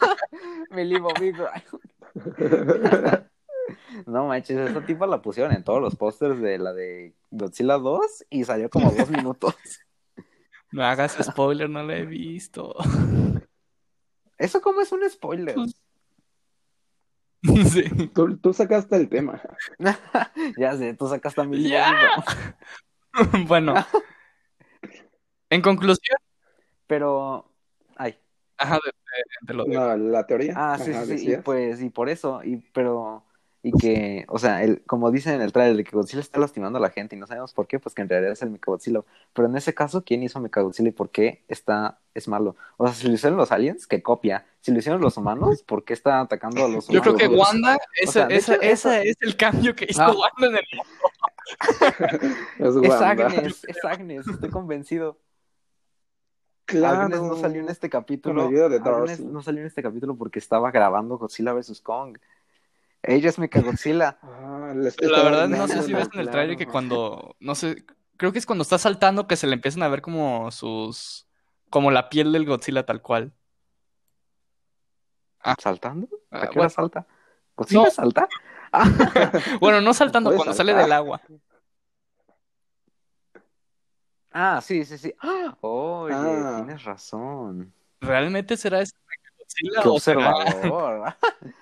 Speaker 1: Millie Bobby Brown. No manches, esa tipa la pusieron en todos los pósters de la de Godzilla 2 y salió como dos minutos.
Speaker 3: No hagas spoiler, no la he visto.
Speaker 1: Eso como es un spoiler.
Speaker 3: Sí.
Speaker 2: Tú, tú sacaste el tema.
Speaker 1: Ya sé, tú sacaste a Millie
Speaker 3: Ya.
Speaker 1: Bobby Brown.
Speaker 3: Bueno, en conclusión,
Speaker 1: Pero, ay,
Speaker 3: ajá, de, de- de lo de-
Speaker 2: No, la teoría.
Speaker 1: ah, sí,
Speaker 2: Ajá,
Speaker 1: sí, sí, y
Speaker 2: decías.
Speaker 1: pues, y por eso, y pero, y que, o sea, el, como dicen en el trailer, que Godzilla está lastimando a la gente y no sabemos por qué, pues que en realidad es el Mechagodzilla. Pero en ese caso, ¿quién hizo Mechagodzilla y por qué está, es malo? O sea, si lo hicieron los aliens, que copia. Si lo hicieron los humanos, ¿por qué está atacando a los
Speaker 3: Yo
Speaker 1: humanos?
Speaker 3: creo que Wanda, esa,
Speaker 1: sea, de
Speaker 3: esa,
Speaker 1: hecho,
Speaker 3: esa
Speaker 1: esa-
Speaker 3: es el cambio que hizo
Speaker 1: Ah.
Speaker 3: Wanda en el
Speaker 1: Es
Speaker 2: Es Wanda.
Speaker 1: Agnes, es Agnes, estoy convencido.
Speaker 2: Claro.
Speaker 1: Agnes no salió en este capítulo.
Speaker 2: Con la ayuda de
Speaker 1: Agnes
Speaker 2: Darcy.
Speaker 1: no salió en este capítulo porque estaba grabando Godzilla vs. Kong. Ella es Mechagodzilla.
Speaker 2: Ah, les-
Speaker 3: La verdad, no sé
Speaker 2: claro,
Speaker 3: si ves en el trailer que
Speaker 2: claro.
Speaker 3: cuando, no sé, creo que es cuando está saltando que se le empiezan a ver como sus, como la piel del Godzilla tal cual. Ah.
Speaker 1: ¿Saltando?
Speaker 3: Ah,
Speaker 1: ¿A qué hora
Speaker 3: bueno,
Speaker 1: salta? ¿Godzilla
Speaker 3: No.
Speaker 1: salta?
Speaker 3: bueno, no saltando,
Speaker 2: Puede
Speaker 3: cuando sale
Speaker 2: saltar.
Speaker 3: del agua.
Speaker 1: Ah, sí, sí, sí. ¡Ah! Oye,
Speaker 2: Ah.
Speaker 1: tienes razón.
Speaker 3: ¿Realmente será ese de Godzilla
Speaker 1: Qué
Speaker 3: o será-
Speaker 1: observador.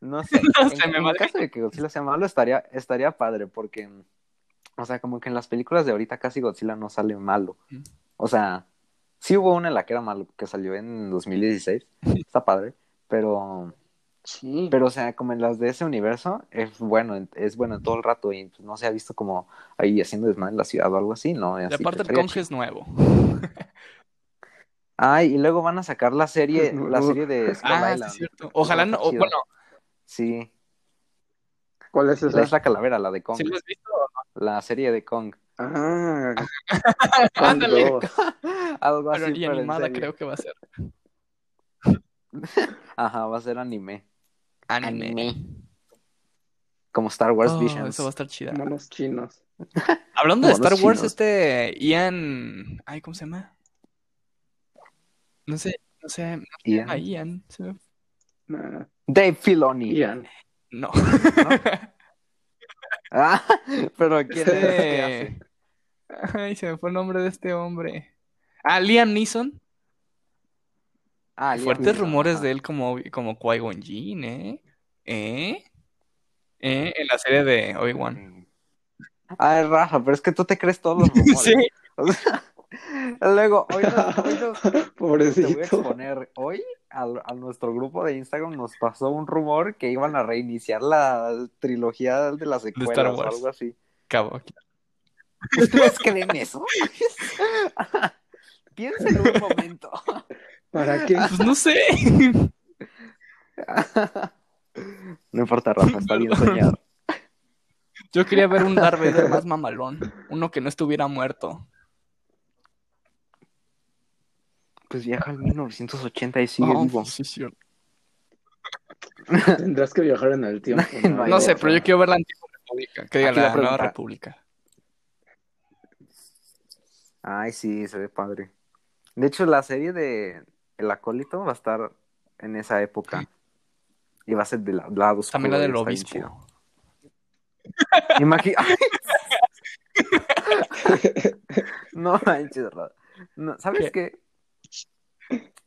Speaker 1: no sé.
Speaker 3: No
Speaker 1: en,
Speaker 3: sé, me
Speaker 1: en
Speaker 3: madre.
Speaker 1: caso de que Godzilla sea malo, estaría, estaría padre, porque, o sea, como que en las películas de ahorita casi Godzilla no sale malo.
Speaker 3: Mm.
Speaker 1: O sea, sí hubo una en la que era malo, que salió en 2016. Está padre. Pero,
Speaker 2: Sí.
Speaker 1: pero, o sea, como en las de ese universo, es bueno, en- es bueno en todo el rato y pues, no se ha visto como ahí haciendo desmadre en la ciudad o algo así, ¿no? Y
Speaker 3: Y
Speaker 1: así,
Speaker 3: aparte el
Speaker 1: estaría
Speaker 3: conge es nuevo.
Speaker 1: Ay, y luego van a sacar la serie, la
Speaker 2: No.
Speaker 1: serie de Skull
Speaker 3: Ah, sí,
Speaker 1: Island.
Speaker 3: es cierto. Ojalá no, o,
Speaker 1: Chida.
Speaker 3: bueno,
Speaker 1: Sí,
Speaker 2: ¿Cuál es
Speaker 1: la
Speaker 2: esa?
Speaker 1: Isla Calavera, la de Kong,
Speaker 3: si lo has visto.
Speaker 1: la serie de Kong.
Speaker 2: Ah,
Speaker 3: Ándale.
Speaker 2: ¿cuándo?
Speaker 1: Algo
Speaker 3: Pero
Speaker 1: así,
Speaker 3: y
Speaker 1: pero en
Speaker 3: animada
Speaker 1: serie.
Speaker 3: creo que va a ser.
Speaker 1: Ajá, va a ser anime,
Speaker 3: Anime.
Speaker 1: como Star Wars
Speaker 3: Oh,
Speaker 1: Visions.
Speaker 3: eso va a estar chida.
Speaker 2: Monos chinos.
Speaker 3: Hablando de
Speaker 1: Monos
Speaker 3: Star Wars,
Speaker 1: chinos.
Speaker 3: este Ian. Ay, ¿cómo se llama? No sé, no sé. No se
Speaker 1: Ian.
Speaker 3: llama Ian. se me-
Speaker 2: Nah,
Speaker 1: Dave Filoni.
Speaker 2: Ian.
Speaker 3: No.
Speaker 1: Ah, pero ¿quién es? ¿Qué hace?
Speaker 3: Este- Ay, se me fue el nombre de este hombre. Ah, Liam Neeson.
Speaker 1: Ah, Liam
Speaker 3: Fuertes
Speaker 1: Neeson,
Speaker 3: rumores
Speaker 1: ajá.
Speaker 3: de él como, como Qui-Gon Jinn, ¿eh? ¿Eh? ¿Eh? En la serie de Obi-Wan.
Speaker 1: Ay, Raja, pero Ah, es que tú te crees todos los rumores.
Speaker 3: Sí.
Speaker 1: O sea, Luego, hoy nos- hoy nos Te voy a
Speaker 2: Pobrecito.
Speaker 1: exponer. Hoy al- a, nuestro grupo de Instagram nos pasó un rumor que iban a reiniciar la trilogía de las secuelas o
Speaker 3: Wars.
Speaker 1: algo así.
Speaker 3: Cabo.
Speaker 1: ¿Ustedes creen eso? Piénsenlo un momento.
Speaker 2: ¿Para qué?
Speaker 3: Pues no sé.
Speaker 1: No importa, Rafa, está bien soñado.
Speaker 3: Yo quería ver un Darth Vader más mamalón. Uno que no estuviera muerto.
Speaker 1: Pues viaja al 1980 y sigue
Speaker 3: Oh,
Speaker 1: vivo.
Speaker 3: sí, es cierto.
Speaker 2: Tendrás que viajar en el tiempo.
Speaker 1: No hay
Speaker 3: No sé,
Speaker 1: otra.
Speaker 3: pero yo quiero ver la antigua república. Que diga
Speaker 1: Aquí la
Speaker 3: la nueva
Speaker 1: pregunta.
Speaker 3: república.
Speaker 1: Ay, sí, se ve padre. De hecho, la serie de El Acólito va a estar en esa época. Y va a ser de la, lado
Speaker 3: También la
Speaker 1: oscuro,
Speaker 3: del
Speaker 1: está bien chido.
Speaker 3: obispo.
Speaker 1: Imagi- no manches, Rod. No, ¿Sabes qué?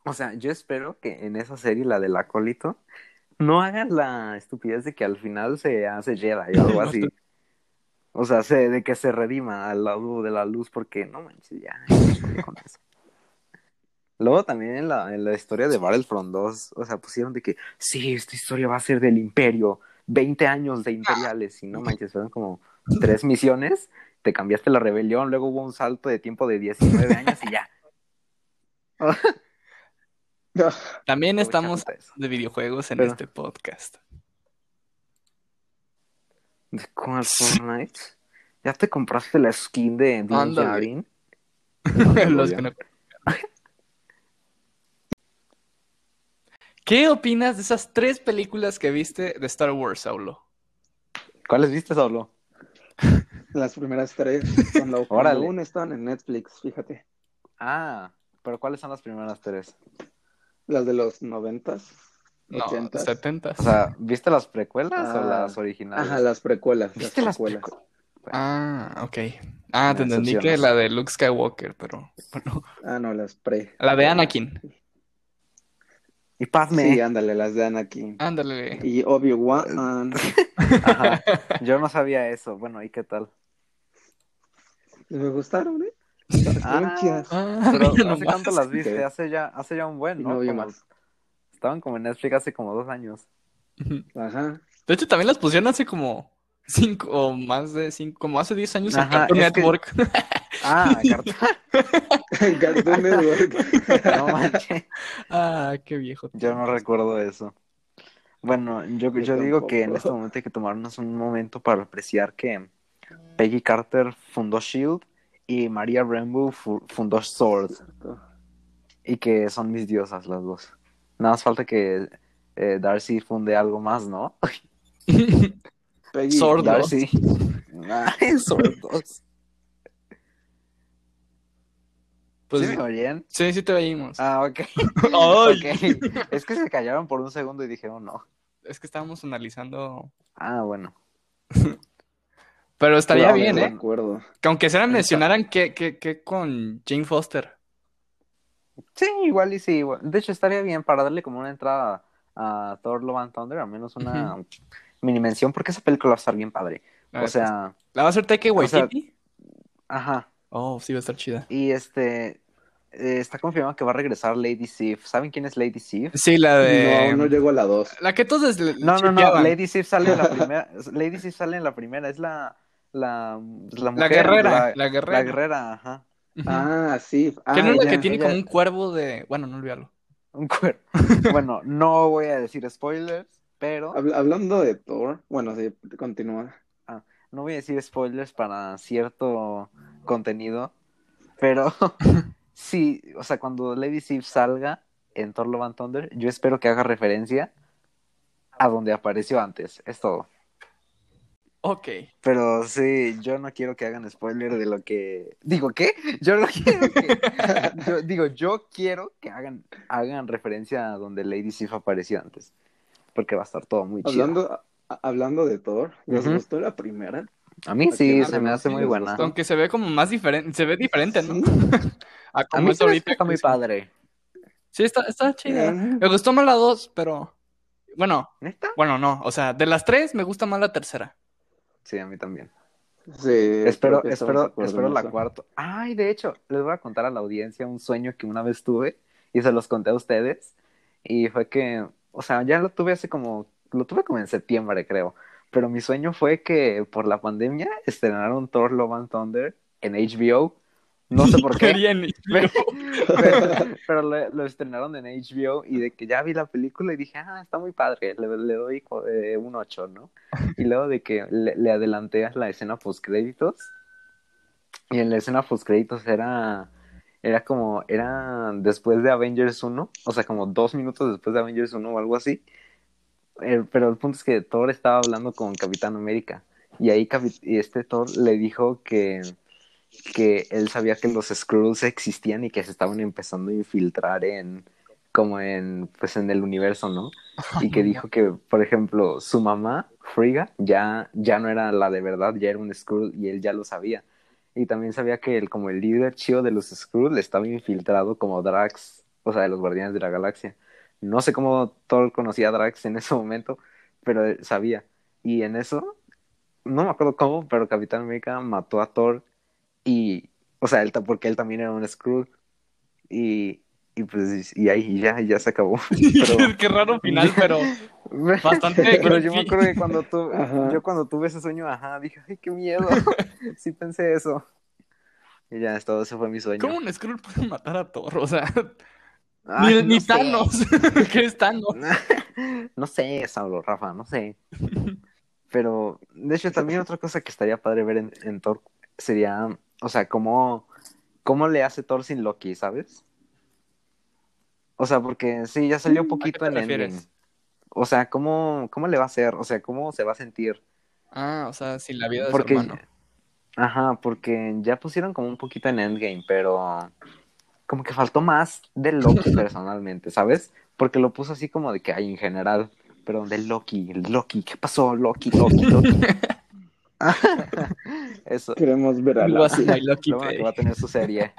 Speaker 1: O sea, yo espero que en esa serie, la del acólito, no hagan la estupidez de que al final se hace Jedi o algo
Speaker 3: No,
Speaker 1: así.
Speaker 3: está-
Speaker 1: O sea, se- de que se redima al lado de la luz, porque no manches, ya. ya con eso. Luego también en la, en la historia de Battlefront 2, o sea, pusieron de que, sí, esta historia va a ser del imperio, 20 años de imperiales, y no manches, fueron como tres misiones, te cambiaste la rebelión, luego hubo un salto de tiempo de 19 años y ya.
Speaker 2: Ah,
Speaker 3: También estamos
Speaker 1: Aprovechando eso.
Speaker 3: de videojuegos en
Speaker 1: Pero-
Speaker 3: este podcast.
Speaker 1: Con el Fortnite, ¿ya te compraste la skin de Din
Speaker 3: Ándale.
Speaker 1: Djarin?
Speaker 3: Los que no- ¿Qué opinas de esas tres películas que viste de Star Wars, Saulo?
Speaker 1: ¿Cuáles viste, Solo?
Speaker 2: Las primeras tres, cuando, cuando
Speaker 1: Órale.
Speaker 2: aún están en Netflix, fíjate.
Speaker 1: Ah, pero ¿cuáles son las primeras tres?
Speaker 2: Las de los noventas,
Speaker 3: No,
Speaker 2: ochentas.
Speaker 3: 70.
Speaker 1: O sea, ¿viste las precuelas o
Speaker 2: Ah.
Speaker 1: las originales?
Speaker 2: Ajá, las precuelas.
Speaker 1: ¿Viste las
Speaker 2: precuelas.
Speaker 1: precuelas?
Speaker 3: Ah, ok. Ah, te
Speaker 1: Las
Speaker 3: entendí que
Speaker 1: opciones.
Speaker 3: la de Luke Skywalker, pero bueno.
Speaker 2: Ah, no, las pre.
Speaker 3: La de Anakin.
Speaker 1: Y Padme.
Speaker 2: Sí, ándale, las de Anakin.
Speaker 3: Ándale.
Speaker 2: Y ah, Obi-Wan.
Speaker 1: Ajá. Yo no sabía eso. Bueno, ¿y qué tal?
Speaker 2: Me gustaron, ¿eh? Estuvieron
Speaker 1: Ah.
Speaker 2: chidas.
Speaker 3: Ah,
Speaker 1: Pero,
Speaker 3: mira
Speaker 1: ¿Hace
Speaker 3: nomás.
Speaker 1: cuánto las viste?
Speaker 2: Ok.
Speaker 1: Hace ya, hace ya un buen,
Speaker 2: Y
Speaker 1: ¿no?
Speaker 2: no vi
Speaker 1: Como-
Speaker 2: más.
Speaker 1: Estaban como en Netflix hace como dos años.
Speaker 2: Ajá.
Speaker 3: De hecho, también las pusieron hace como cinco o más de cinco, como hace 10 años en
Speaker 1: Ajá,
Speaker 3: Cartoon
Speaker 1: es que-
Speaker 3: Network.
Speaker 1: Ah, carta.
Speaker 2: Cartoon Network.
Speaker 1: No manches.
Speaker 3: ah, qué viejo.
Speaker 1: Yo no recuerdo eso. Bueno, yo,
Speaker 2: Yo
Speaker 1: yo digo que en
Speaker 2: tampoco.
Speaker 1: este momento hay que tomarnos un momento para apreciar que Peggy Carter fundó Shield E y Maria Rambo fu- fundó Sword. y que son mis diosas las dos. Nada más falta que eh, Darcy funde algo más, ¿no?
Speaker 2: Peggy.
Speaker 3: Sordo.
Speaker 1: Darcy. Ay, sordos.
Speaker 3: Pues-
Speaker 1: ¿Sí me oyen?
Speaker 3: Sí, sí te veíamos.
Speaker 1: Ah, ok.
Speaker 3: Ay.
Speaker 1: Ok. Es que se callaron por un segundo y dije, oh, no.
Speaker 3: Es que estábamos analizando
Speaker 1: Ah, bueno.
Speaker 3: Pero estaría
Speaker 1: Claro,
Speaker 3: bien,
Speaker 2: de
Speaker 1: ¿verdad?
Speaker 3: ¿eh?
Speaker 2: acuerdo.
Speaker 3: Que aunque se la
Speaker 1: Está-
Speaker 3: mencionaran que, que, que con Jane Foster.
Speaker 1: Sí, igual y sí. igual. De hecho, estaría bien para darle como una entrada a Thor Love and Thunder, al menos una mini mención, porque esa película va a estar bien padre.
Speaker 3: A
Speaker 1: o
Speaker 3: ver, pues,
Speaker 1: sea,
Speaker 3: ¿La va a hacer Taika
Speaker 1: o sea-
Speaker 3: Waititi?
Speaker 1: ajá.
Speaker 3: Oh, sí, va a estar chida.
Speaker 1: Y este eh, está confirmado que va a regresar Lady Sif. ¿Saben quién es Lady Sif?
Speaker 3: Sí, la de...
Speaker 2: No, no llegó a la 2.
Speaker 3: La que entonces le-
Speaker 1: No, no, no.
Speaker 3: chipeaban.
Speaker 1: Lady Sif sale en la primera. Lady Sif sale en la primera. Es la la pues, la,
Speaker 3: La
Speaker 1: mujer,
Speaker 3: guerrera,
Speaker 1: la-
Speaker 3: la guerrera.
Speaker 1: la guerrera, ajá.
Speaker 3: Ujú.
Speaker 2: Ah, sí. Ah,
Speaker 3: que no es la
Speaker 2: ya.
Speaker 3: que tiene
Speaker 1: ya.
Speaker 3: como un cuervo de... Bueno, no olvídalo.
Speaker 1: Un cuerpo. bueno, no voy a decir spoilers, pero
Speaker 2: Habla- Hablando de Thor, bueno, sí, continúa.
Speaker 1: no voy a decir spoilers para cierto contenido, pero sí, o sea, cuando Lady Sif salga en Thor Love and Thunder, yo espero que haga referencia a donde apareció antes, es todo.
Speaker 3: Ok.
Speaker 1: Pero sí, yo no quiero que hagan spoiler de lo que... Digo, ¿qué? Yo no quiero que... yo- digo, yo quiero que hagan, hagan referencia a donde Lady Sif apareció antes, porque va a estar todo muy chido.
Speaker 2: Hablando, a- hablando de Thor, ¿les
Speaker 1: Ujú.
Speaker 2: gustó la primera?
Speaker 1: A mí sí,
Speaker 2: Porque
Speaker 1: se me
Speaker 2: no,
Speaker 1: hace
Speaker 2: sí
Speaker 1: muy
Speaker 2: les
Speaker 1: buena.
Speaker 2: gustó.
Speaker 3: Aunque se ve como más diferente, se ve diferente, ¿no?
Speaker 2: Sí.
Speaker 3: A
Speaker 1: A
Speaker 3: como
Speaker 1: mí
Speaker 3: es
Speaker 1: se me hace
Speaker 3: ahorita,
Speaker 1: que está muy
Speaker 3: pues.
Speaker 1: padre.
Speaker 3: Sí, está, está chida.
Speaker 2: Eh,
Speaker 3: Me gustó más la dos, pero... Bueno,
Speaker 1: ¿Neta?
Speaker 3: bueno, no. O sea, de las tres me gusta más la tercera.
Speaker 1: Sí, a mí también.
Speaker 2: sí,
Speaker 1: espero,
Speaker 2: creo que estamos de
Speaker 1: espero,
Speaker 2: acuerdo
Speaker 1: espero
Speaker 2: en
Speaker 1: la
Speaker 2: eso.
Speaker 1: cuarta. Ay, de hecho, les voy a contar a la audiencia un sueño que una vez tuve y se los conté a ustedes. Y fue que, o sea, ya lo tuve hace como, lo tuve como en septiembre, creo. Pero mi sueño fue que por la pandemia estrenaron Thor Love and Thunder en HBO. No sé por qué.
Speaker 3: Quería ni-
Speaker 1: pero pero le- lo estrenaron en HBO y de que ya vi la película y dije, ah, está muy padre, le, le doy co- eh, un 8, ¿no? Y luego de que le, le adelanté a la escena postcréditos y en la escena postcréditos era, era como, era después de Avengers 1, o sea, como dos minutos después de Avengers 1 o algo así. Eh, pero el punto es que Thor estaba hablando con Capitán América y ahí Capi- y este Thor le dijo que que él sabía que los Skrulls existían y que se estaban empezando a infiltrar en como en pues en el universo, ¿no? Y que dijo que, por ejemplo, su mamá, Frigga, ya ya no era la de verdad, ya era un Skrull y él ya lo sabía. Y también sabía que el como el líder chido de los Skrulls estaba infiltrado como Drax, o sea, de los Guardianes de la Galaxia. No sé cómo Thor conocía a Drax en ese momento, pero él sabía. Y en eso no me acuerdo cómo, pero Capitán América mató a Thor y, o sea, él, ta- porque él también era un Skrull. Y, y pues, y ahí y ya, y ya se acabó. Pero,
Speaker 3: Qué raro final, pero bastante...
Speaker 1: pero yo me acuerdo que cuando tu,
Speaker 2: Ajá.
Speaker 1: yo cuando tuve ese sueño, ajá, dije, ay, qué miedo. sí pensé eso. Y ya, todo ese fue mi sueño.
Speaker 3: ¿Cómo un Skrull puede matar a Thor? O sea,
Speaker 1: Ay,
Speaker 3: ni, ni
Speaker 1: Ah, no sé.
Speaker 3: Thanos. ¿Qué es Thanos?
Speaker 1: No sé, Saulo, Rafa, no sé. Pero, de hecho, también otra cosa que estaría padre ver en, en Thor sería, o sea, cómo, cómo le hace Thor sin Loki, ¿sabes? O sea, porque sí, ya salió poquito
Speaker 3: ¿A qué
Speaker 1: en
Speaker 3: te
Speaker 1: Endgame.
Speaker 3: refieres?
Speaker 1: O sea, ¿cómo, ¿cómo le va a hacer? O sea, ¿cómo se va a sentir?
Speaker 3: Ah, o sea, sin la vida de
Speaker 1: Porque,
Speaker 3: su hermano.
Speaker 1: ajá, porque ya pusieron como un poquito en Endgame, pero como que faltó más de Loki personalmente, ¿sabes? Porque lo puso así como de que hay en general, pero de Loki, Loki, ¿qué pasó? Loki, Loki, Loki. Eso,
Speaker 2: Queremos ver a
Speaker 3: You
Speaker 2: la-
Speaker 3: was my lucky
Speaker 1: lo bueno que
Speaker 3: day.
Speaker 1: va a tener su serie.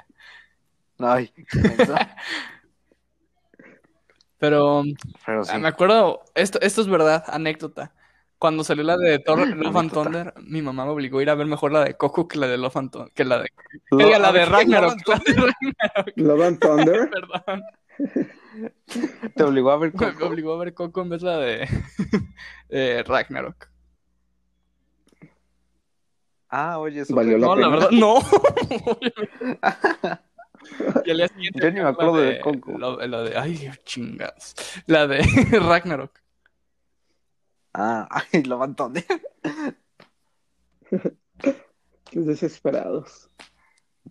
Speaker 1: Ay, qué menso. pero
Speaker 3: Pero
Speaker 1: Pues sí.
Speaker 3: ah, me acuerdo, esto, esto es verdad, anécdota. Cuando salió la de Thor Love and
Speaker 1: Anécdota.
Speaker 3: Thunder, mi mamá me obligó a ir a ver mejor la de Coco que la de Love and Thunder, que la de,
Speaker 1: Lo-
Speaker 3: que diga, la
Speaker 1: ¿Lo-
Speaker 3: de Ragnarok, la de
Speaker 2: Love and Thunder.
Speaker 3: Ragnarok, perdón.
Speaker 1: Te obligó a ver
Speaker 3: Me- Me
Speaker 1: Coco?
Speaker 3: obligó a ver Coco en vez de la de, de Ragnarok.
Speaker 1: Ah, oye, súper.
Speaker 2: Valió la
Speaker 3: No, la
Speaker 2: pena.
Speaker 3: verdad, no. Y al día siguiente
Speaker 1: Yo ni me
Speaker 3: la
Speaker 1: acuerdo de
Speaker 3: de-
Speaker 1: Coco.
Speaker 3: La, la de, ay, chingas. La de Ragnarok.
Speaker 1: Ah, ay, lo montón de.
Speaker 2: Qué desesperados.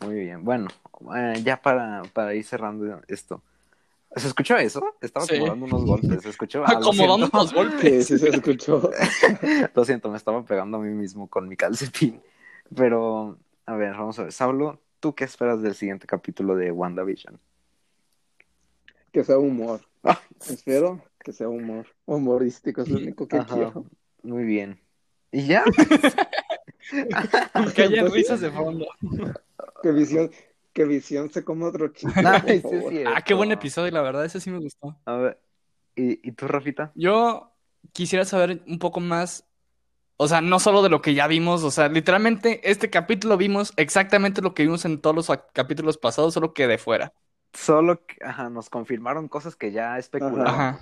Speaker 1: Muy bien, bueno, eh, ya para, para ir cerrando esto. ¿Se escuchó eso? Estaba
Speaker 3: Sí.
Speaker 1: acomodando unos golpes, ¿se escuchó? Ah, lo,
Speaker 3: Acomodando
Speaker 1: siento.
Speaker 3: los golpes.
Speaker 2: Sí, sí se escuchó.
Speaker 1: Lo siento, me estaba pegando a mí mismo con mi calcetín. Pero, a ver, vamos a ver. Saulo, ¿tú qué esperas del siguiente capítulo de WandaVision?
Speaker 2: Que sea humor.
Speaker 1: Ah.
Speaker 2: Espero que sea humor. Humorístico, es lo único que
Speaker 1: Ajá.
Speaker 2: quiero.
Speaker 1: Muy bien. ¿Y ya? Ah,
Speaker 3: Que haya risas de fondo.
Speaker 2: Que visión, que visión se coma otro chico.
Speaker 1: Ay, sí es
Speaker 3: Ah, qué buen
Speaker 1: cierto.
Speaker 3: episodio, la verdad, ese sí me gustó.
Speaker 1: A ver, ¿y, y tú, Rafita?
Speaker 3: Yo quisiera saber un poco más, o sea, no solo de lo que ya vimos, o sea, literalmente este capítulo vimos exactamente lo que vimos en todos los ac- capítulos pasados, solo que de fuera.
Speaker 1: Solo que- ajá, nos confirmaron cosas que ya especulábamos.
Speaker 3: Ajá.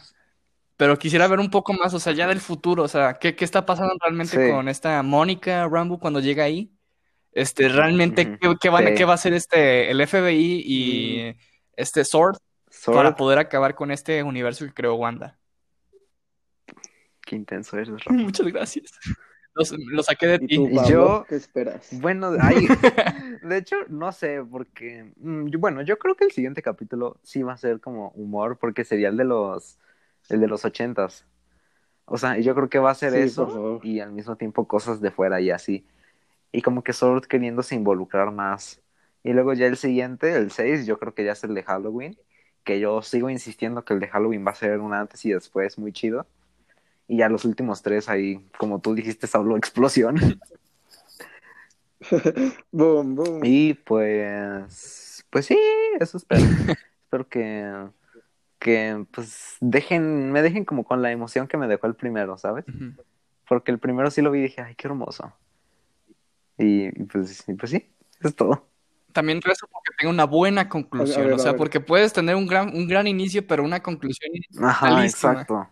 Speaker 3: Pero quisiera ver un poco más, o sea, ya del futuro, o sea, qué, qué está pasando realmente
Speaker 1: Sí.
Speaker 3: con esta Mónica Rambo cuando llega ahí. Este, realmente,
Speaker 1: Ujú.
Speaker 3: qué, qué van,
Speaker 1: Sí.
Speaker 3: qué va a hacer este, el FBI
Speaker 2: Mm.
Speaker 3: y este Sword
Speaker 1: Solo-
Speaker 3: para poder acabar con este universo que creó Wanda.
Speaker 1: Qué intenso eres, Rafa.
Speaker 3: Muchas gracias. Los, lo saqué de
Speaker 2: ¿Y
Speaker 3: ti.
Speaker 2: tú,
Speaker 1: Y
Speaker 2: Pablo,
Speaker 1: yo-
Speaker 2: qué esperas?
Speaker 1: Bueno, ahí. De hecho, no sé, porque. mm, yo- Bueno, yo creo que el siguiente capítulo sí va a ser como humor, porque sería el de los. El de los ochentas. O sea, y yo creo que va a ser
Speaker 2: Sí, por
Speaker 1: eso
Speaker 2: favor.
Speaker 1: y al mismo tiempo cosas de fuera y así. Y como que Sword queriéndose involucrar más. Y luego ya el siguiente, el 6, yo creo que ya es el de Halloween. Que yo sigo insistiendo que el de Halloween va a ser un antes y después muy chido. Y ya los últimos tres ahí, como tú dijiste, Saulo, explosión.
Speaker 2: Boom, boom.
Speaker 1: Y pues, pues sí, eso espero. espero que, que pues dejen, me dejen como con la emoción que me dejó el primero, ¿sabes?
Speaker 3: Ujú.
Speaker 1: Porque el primero sí lo vi y dije, ay, qué hermoso. Y y, pues, y, pues sí, eso es todo.
Speaker 3: También rezo porque tenga una buena conclusión.
Speaker 2: ver,
Speaker 3: o
Speaker 2: a
Speaker 3: sea,
Speaker 2: ver.
Speaker 3: porque puedes tener un gran, un gran inicio, pero una conclusión.
Speaker 1: Ajá,
Speaker 3: Malísima.
Speaker 1: exacto.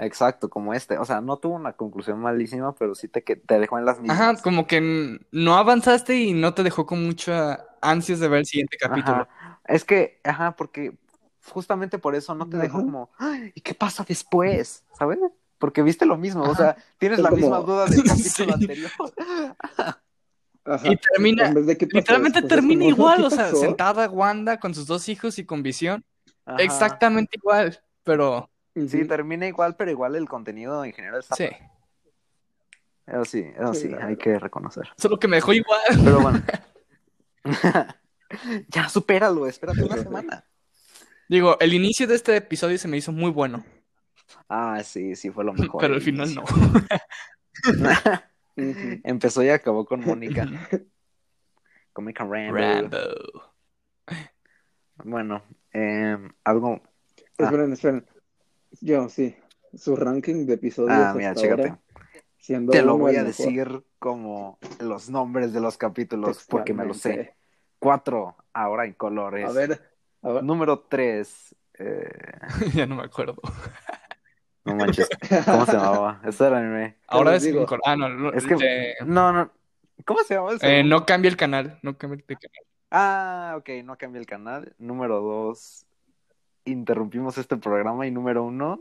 Speaker 1: Exacto, como este. O sea, no tuvo una conclusión malísima, pero sí te, que te dejó en las
Speaker 2: Mm.
Speaker 1: mismas.
Speaker 3: Ajá, como que n- no avanzaste y no te dejó con mucha ansias de ver el siguiente capítulo.
Speaker 1: Ajá. Es que, ajá, porque justamente por eso no te dejó
Speaker 2: Ajá.
Speaker 1: como, "Ay, ¿y qué pasa después? ¿Sabes? Porque viste lo mismo, o sea, tienes
Speaker 2: Es
Speaker 1: la
Speaker 2: como-
Speaker 1: misma duda del capítulo
Speaker 3: Sí.
Speaker 1: anterior.
Speaker 2: Ajá.
Speaker 3: Y termina,
Speaker 2: En vez de qué pasó
Speaker 3: literalmente
Speaker 2: después, es
Speaker 3: termina
Speaker 2: como,
Speaker 3: igual,
Speaker 2: Pues, ¿qué
Speaker 3: o sea,
Speaker 2: pasó?
Speaker 3: sentada Wanda con sus dos hijos y con visión.
Speaker 1: Ajá.
Speaker 3: Exactamente igual, pero
Speaker 2: Ujú.
Speaker 1: Sí, termina igual, pero igual el contenido en general está.
Speaker 3: sí.
Speaker 1: Eso sí, eso
Speaker 2: Sí,
Speaker 1: sí,
Speaker 2: la
Speaker 1: hay
Speaker 2: verdad.
Speaker 1: que reconocer.
Speaker 3: Solo que me dejó igual.
Speaker 1: Pero bueno. ya, supéralo, espérate una semana.
Speaker 3: Digo, el inicio de este episodio se me hizo muy bueno,
Speaker 1: Ah, sí, sí, fue lo mejor.
Speaker 3: pero al final no.
Speaker 2: Ujú.
Speaker 1: Empezó y acabó con Mónica. con Mónica Rambeau.
Speaker 3: Rambo.
Speaker 1: Bueno, em, algo. Ah.
Speaker 2: Esperen, esperen. Yo, sí. Su ranking de episodios
Speaker 1: Ah,
Speaker 2: hasta
Speaker 1: mira, chécate.
Speaker 2: ahora, siendo
Speaker 1: Te lo
Speaker 2: uno
Speaker 1: voy
Speaker 2: el
Speaker 1: a
Speaker 2: mejor
Speaker 1: decir como los nombres de los capítulos, porque me lo sé.
Speaker 2: textualmente.
Speaker 1: Cuatro, ahora en colores.
Speaker 2: A ver, a ver.
Speaker 1: Número tres. eh,
Speaker 3: ya no me acuerdo.
Speaker 1: no manches. ¿Cómo se llamaba? Eso era anime.
Speaker 3: Ahora es
Speaker 2: los digo.
Speaker 3: Cor- Ah, no, no,
Speaker 1: Es que-
Speaker 4: Eh,
Speaker 3: de-
Speaker 1: No, no. ¿Cómo se llamaba ese?
Speaker 3: eh, no cambia el canal, no cambia el canal.
Speaker 1: Ah, ok, no cambié el canal. Número dos. Interrumpimos este programa. Y número uno.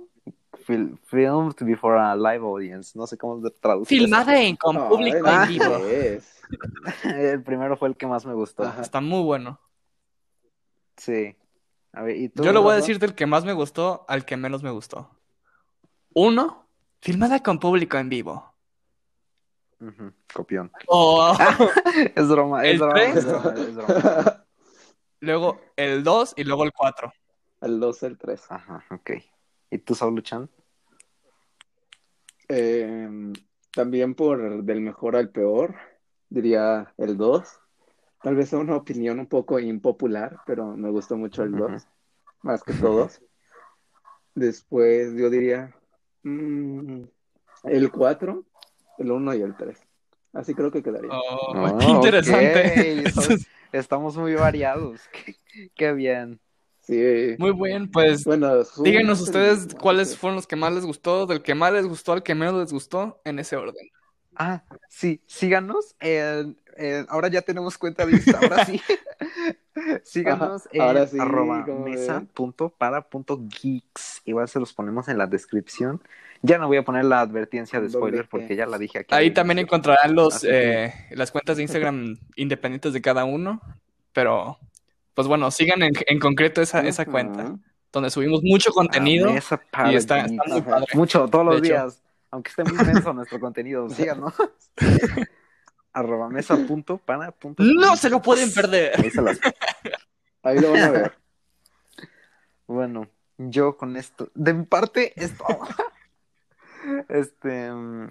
Speaker 1: fil- filmed before a live audience. No sé cómo traducir. eso.
Speaker 4: Filmada en con
Speaker 2: Ay,
Speaker 4: público
Speaker 2: no
Speaker 4: en vivo.
Speaker 2: es.
Speaker 1: El primero fue el que más me gustó.
Speaker 2: Ajá.
Speaker 3: Está muy bueno.
Speaker 1: Sí. A ver, ¿y tú,
Speaker 3: Yo lo voy a
Speaker 1: Rafa?
Speaker 3: decir del que más me gustó al que menos me gustó. Uno, filmada con público en vivo.
Speaker 1: Ujú, Copión.
Speaker 3: O-
Speaker 1: Es broma, es
Speaker 3: ¿El
Speaker 1: broma,
Speaker 3: tres?
Speaker 1: es broma, es broma.
Speaker 3: luego el 2 y luego el 4.
Speaker 2: El 2, el 3.
Speaker 1: Ajá, ok. ¿Y tú, Saulo Chan?
Speaker 2: Eh, también por del mejor al peor, diría el 2. Tal vez sea una opinión un poco impopular, pero me gustó mucho el 2, más que todos. Después yo diría mm, el 4, el 1 y el 3. Así creo que quedaría.
Speaker 3: Oh,
Speaker 1: Oh,
Speaker 3: qué interesante.
Speaker 1: ok, eso- Estamos muy variados. Qué, qué bien.
Speaker 2: Sí.
Speaker 3: Muy bien, pues
Speaker 2: Bueno, su-
Speaker 3: díganos ustedes
Speaker 2: bueno,
Speaker 3: cuáles
Speaker 2: sí.
Speaker 3: fueron los que más les gustó, del que más les gustó al que menos les gustó, en ese orden.
Speaker 1: Ah, sí, síganos. en- en- ahora ya tenemos cuenta de Insta, ahora sí. síganos
Speaker 2: Ajá,
Speaker 1: en
Speaker 2: ahora sí,
Speaker 1: arroba
Speaker 2: como
Speaker 1: mesa
Speaker 2: ven.
Speaker 1: punto para punto geeks. Igual se los ponemos en la descripción. Ya no voy a poner la advertencia de
Speaker 2: Doble
Speaker 1: spoiler
Speaker 2: G.
Speaker 1: porque ya la dije aquí.
Speaker 3: Ahí
Speaker 1: al
Speaker 3: también
Speaker 1: inicio.
Speaker 3: encontrarán los,
Speaker 1: Así que-
Speaker 3: eh, las cuentas de Instagram independientes de cada uno, pero pues bueno, sigan en, en concreto esa, esa
Speaker 2: Ajá.
Speaker 3: cuenta, donde subimos mucho contenido.
Speaker 1: Ah, mesa para
Speaker 3: y está-
Speaker 1: geeks.
Speaker 3: está muy
Speaker 2: Ajá.
Speaker 3: padre.
Speaker 1: Mucho, todos
Speaker 3: De
Speaker 1: los
Speaker 3: hecho.
Speaker 1: días. Aunque esté muy denso nuestro contenido, síganos. Arroba mesa punto para punto
Speaker 3: No
Speaker 1: geeks.
Speaker 3: se lo pueden perder.
Speaker 1: Ahí se las-
Speaker 2: Ahí lo van a ver.
Speaker 1: Bueno, yo con esto. De mi parte, esto. Este, mm,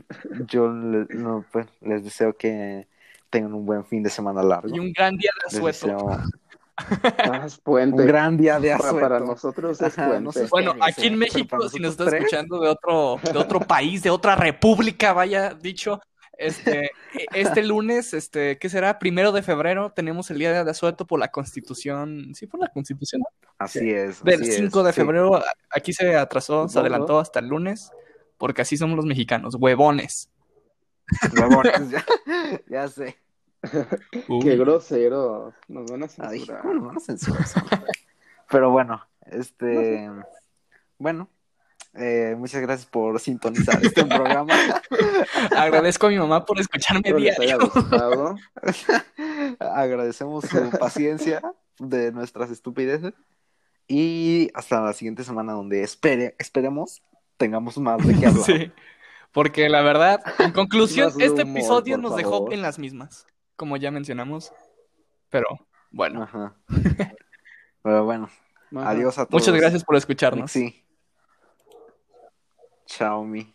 Speaker 1: yo le- no, pues, les deseo que tengan un buen fin de semana largo.
Speaker 3: Y un gran día de
Speaker 1: Les
Speaker 3: asueto.
Speaker 1: deseo
Speaker 2: Ah, es puente.
Speaker 1: un gran día de
Speaker 2: para,
Speaker 1: asueto.
Speaker 2: para nosotros es
Speaker 1: Ajá,
Speaker 2: puente.
Speaker 1: no sé.
Speaker 3: Bueno,
Speaker 1: Sí,
Speaker 3: aquí
Speaker 1: sí,
Speaker 3: en
Speaker 1: pero para
Speaker 3: México, si nos
Speaker 1: nosotros
Speaker 3: estás
Speaker 1: tres.
Speaker 3: escuchando de otro, de otro país, de otra república, vaya dicho, este, e- este lunes, este, ¿qué será? Primero de febrero, tenemos el día de asueto por la constitución, sí, por la constitución, ¿no?
Speaker 1: Así es.
Speaker 3: del
Speaker 1: así es,
Speaker 3: 5 de
Speaker 1: sí.
Speaker 3: febrero, a- aquí se atrasó, se
Speaker 2: Ujú.
Speaker 3: adelantó hasta el lunes, porque así somos los mexicanos, huevones.
Speaker 1: Huevones, ya, ya sé.
Speaker 2: Qué grosero. Nos van a
Speaker 1: Ay,
Speaker 2: censurar.
Speaker 1: ¿cómo lo van a censurar eso? Pero bueno, este. Bueno, eh, muchas gracias por sintonizar este programa.
Speaker 3: Agradezco a mi mamá por escucharme
Speaker 2: Espero les haya
Speaker 3: diario.
Speaker 2: gustado.
Speaker 1: Agradecemos su paciencia de nuestras estupideces. Y hasta la siguiente semana, donde espere, esperemos tengamos más de qué hablar.
Speaker 3: Sí, porque la verdad, en conclusión,
Speaker 2: Más de
Speaker 3: este
Speaker 2: humor,
Speaker 3: episodio
Speaker 2: por
Speaker 3: nos dejó
Speaker 2: favor.
Speaker 3: en las mismas, como ya mencionamos, pero bueno.
Speaker 1: Ajá. Pero bueno,
Speaker 2: Ajá.
Speaker 1: adiós a Ah, todos.
Speaker 3: Muchas gracias por escucharnos.
Speaker 1: Sí. Chao, mi.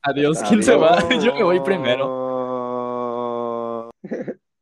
Speaker 3: Adiós. ¿Quién se va? Yo me voy primero.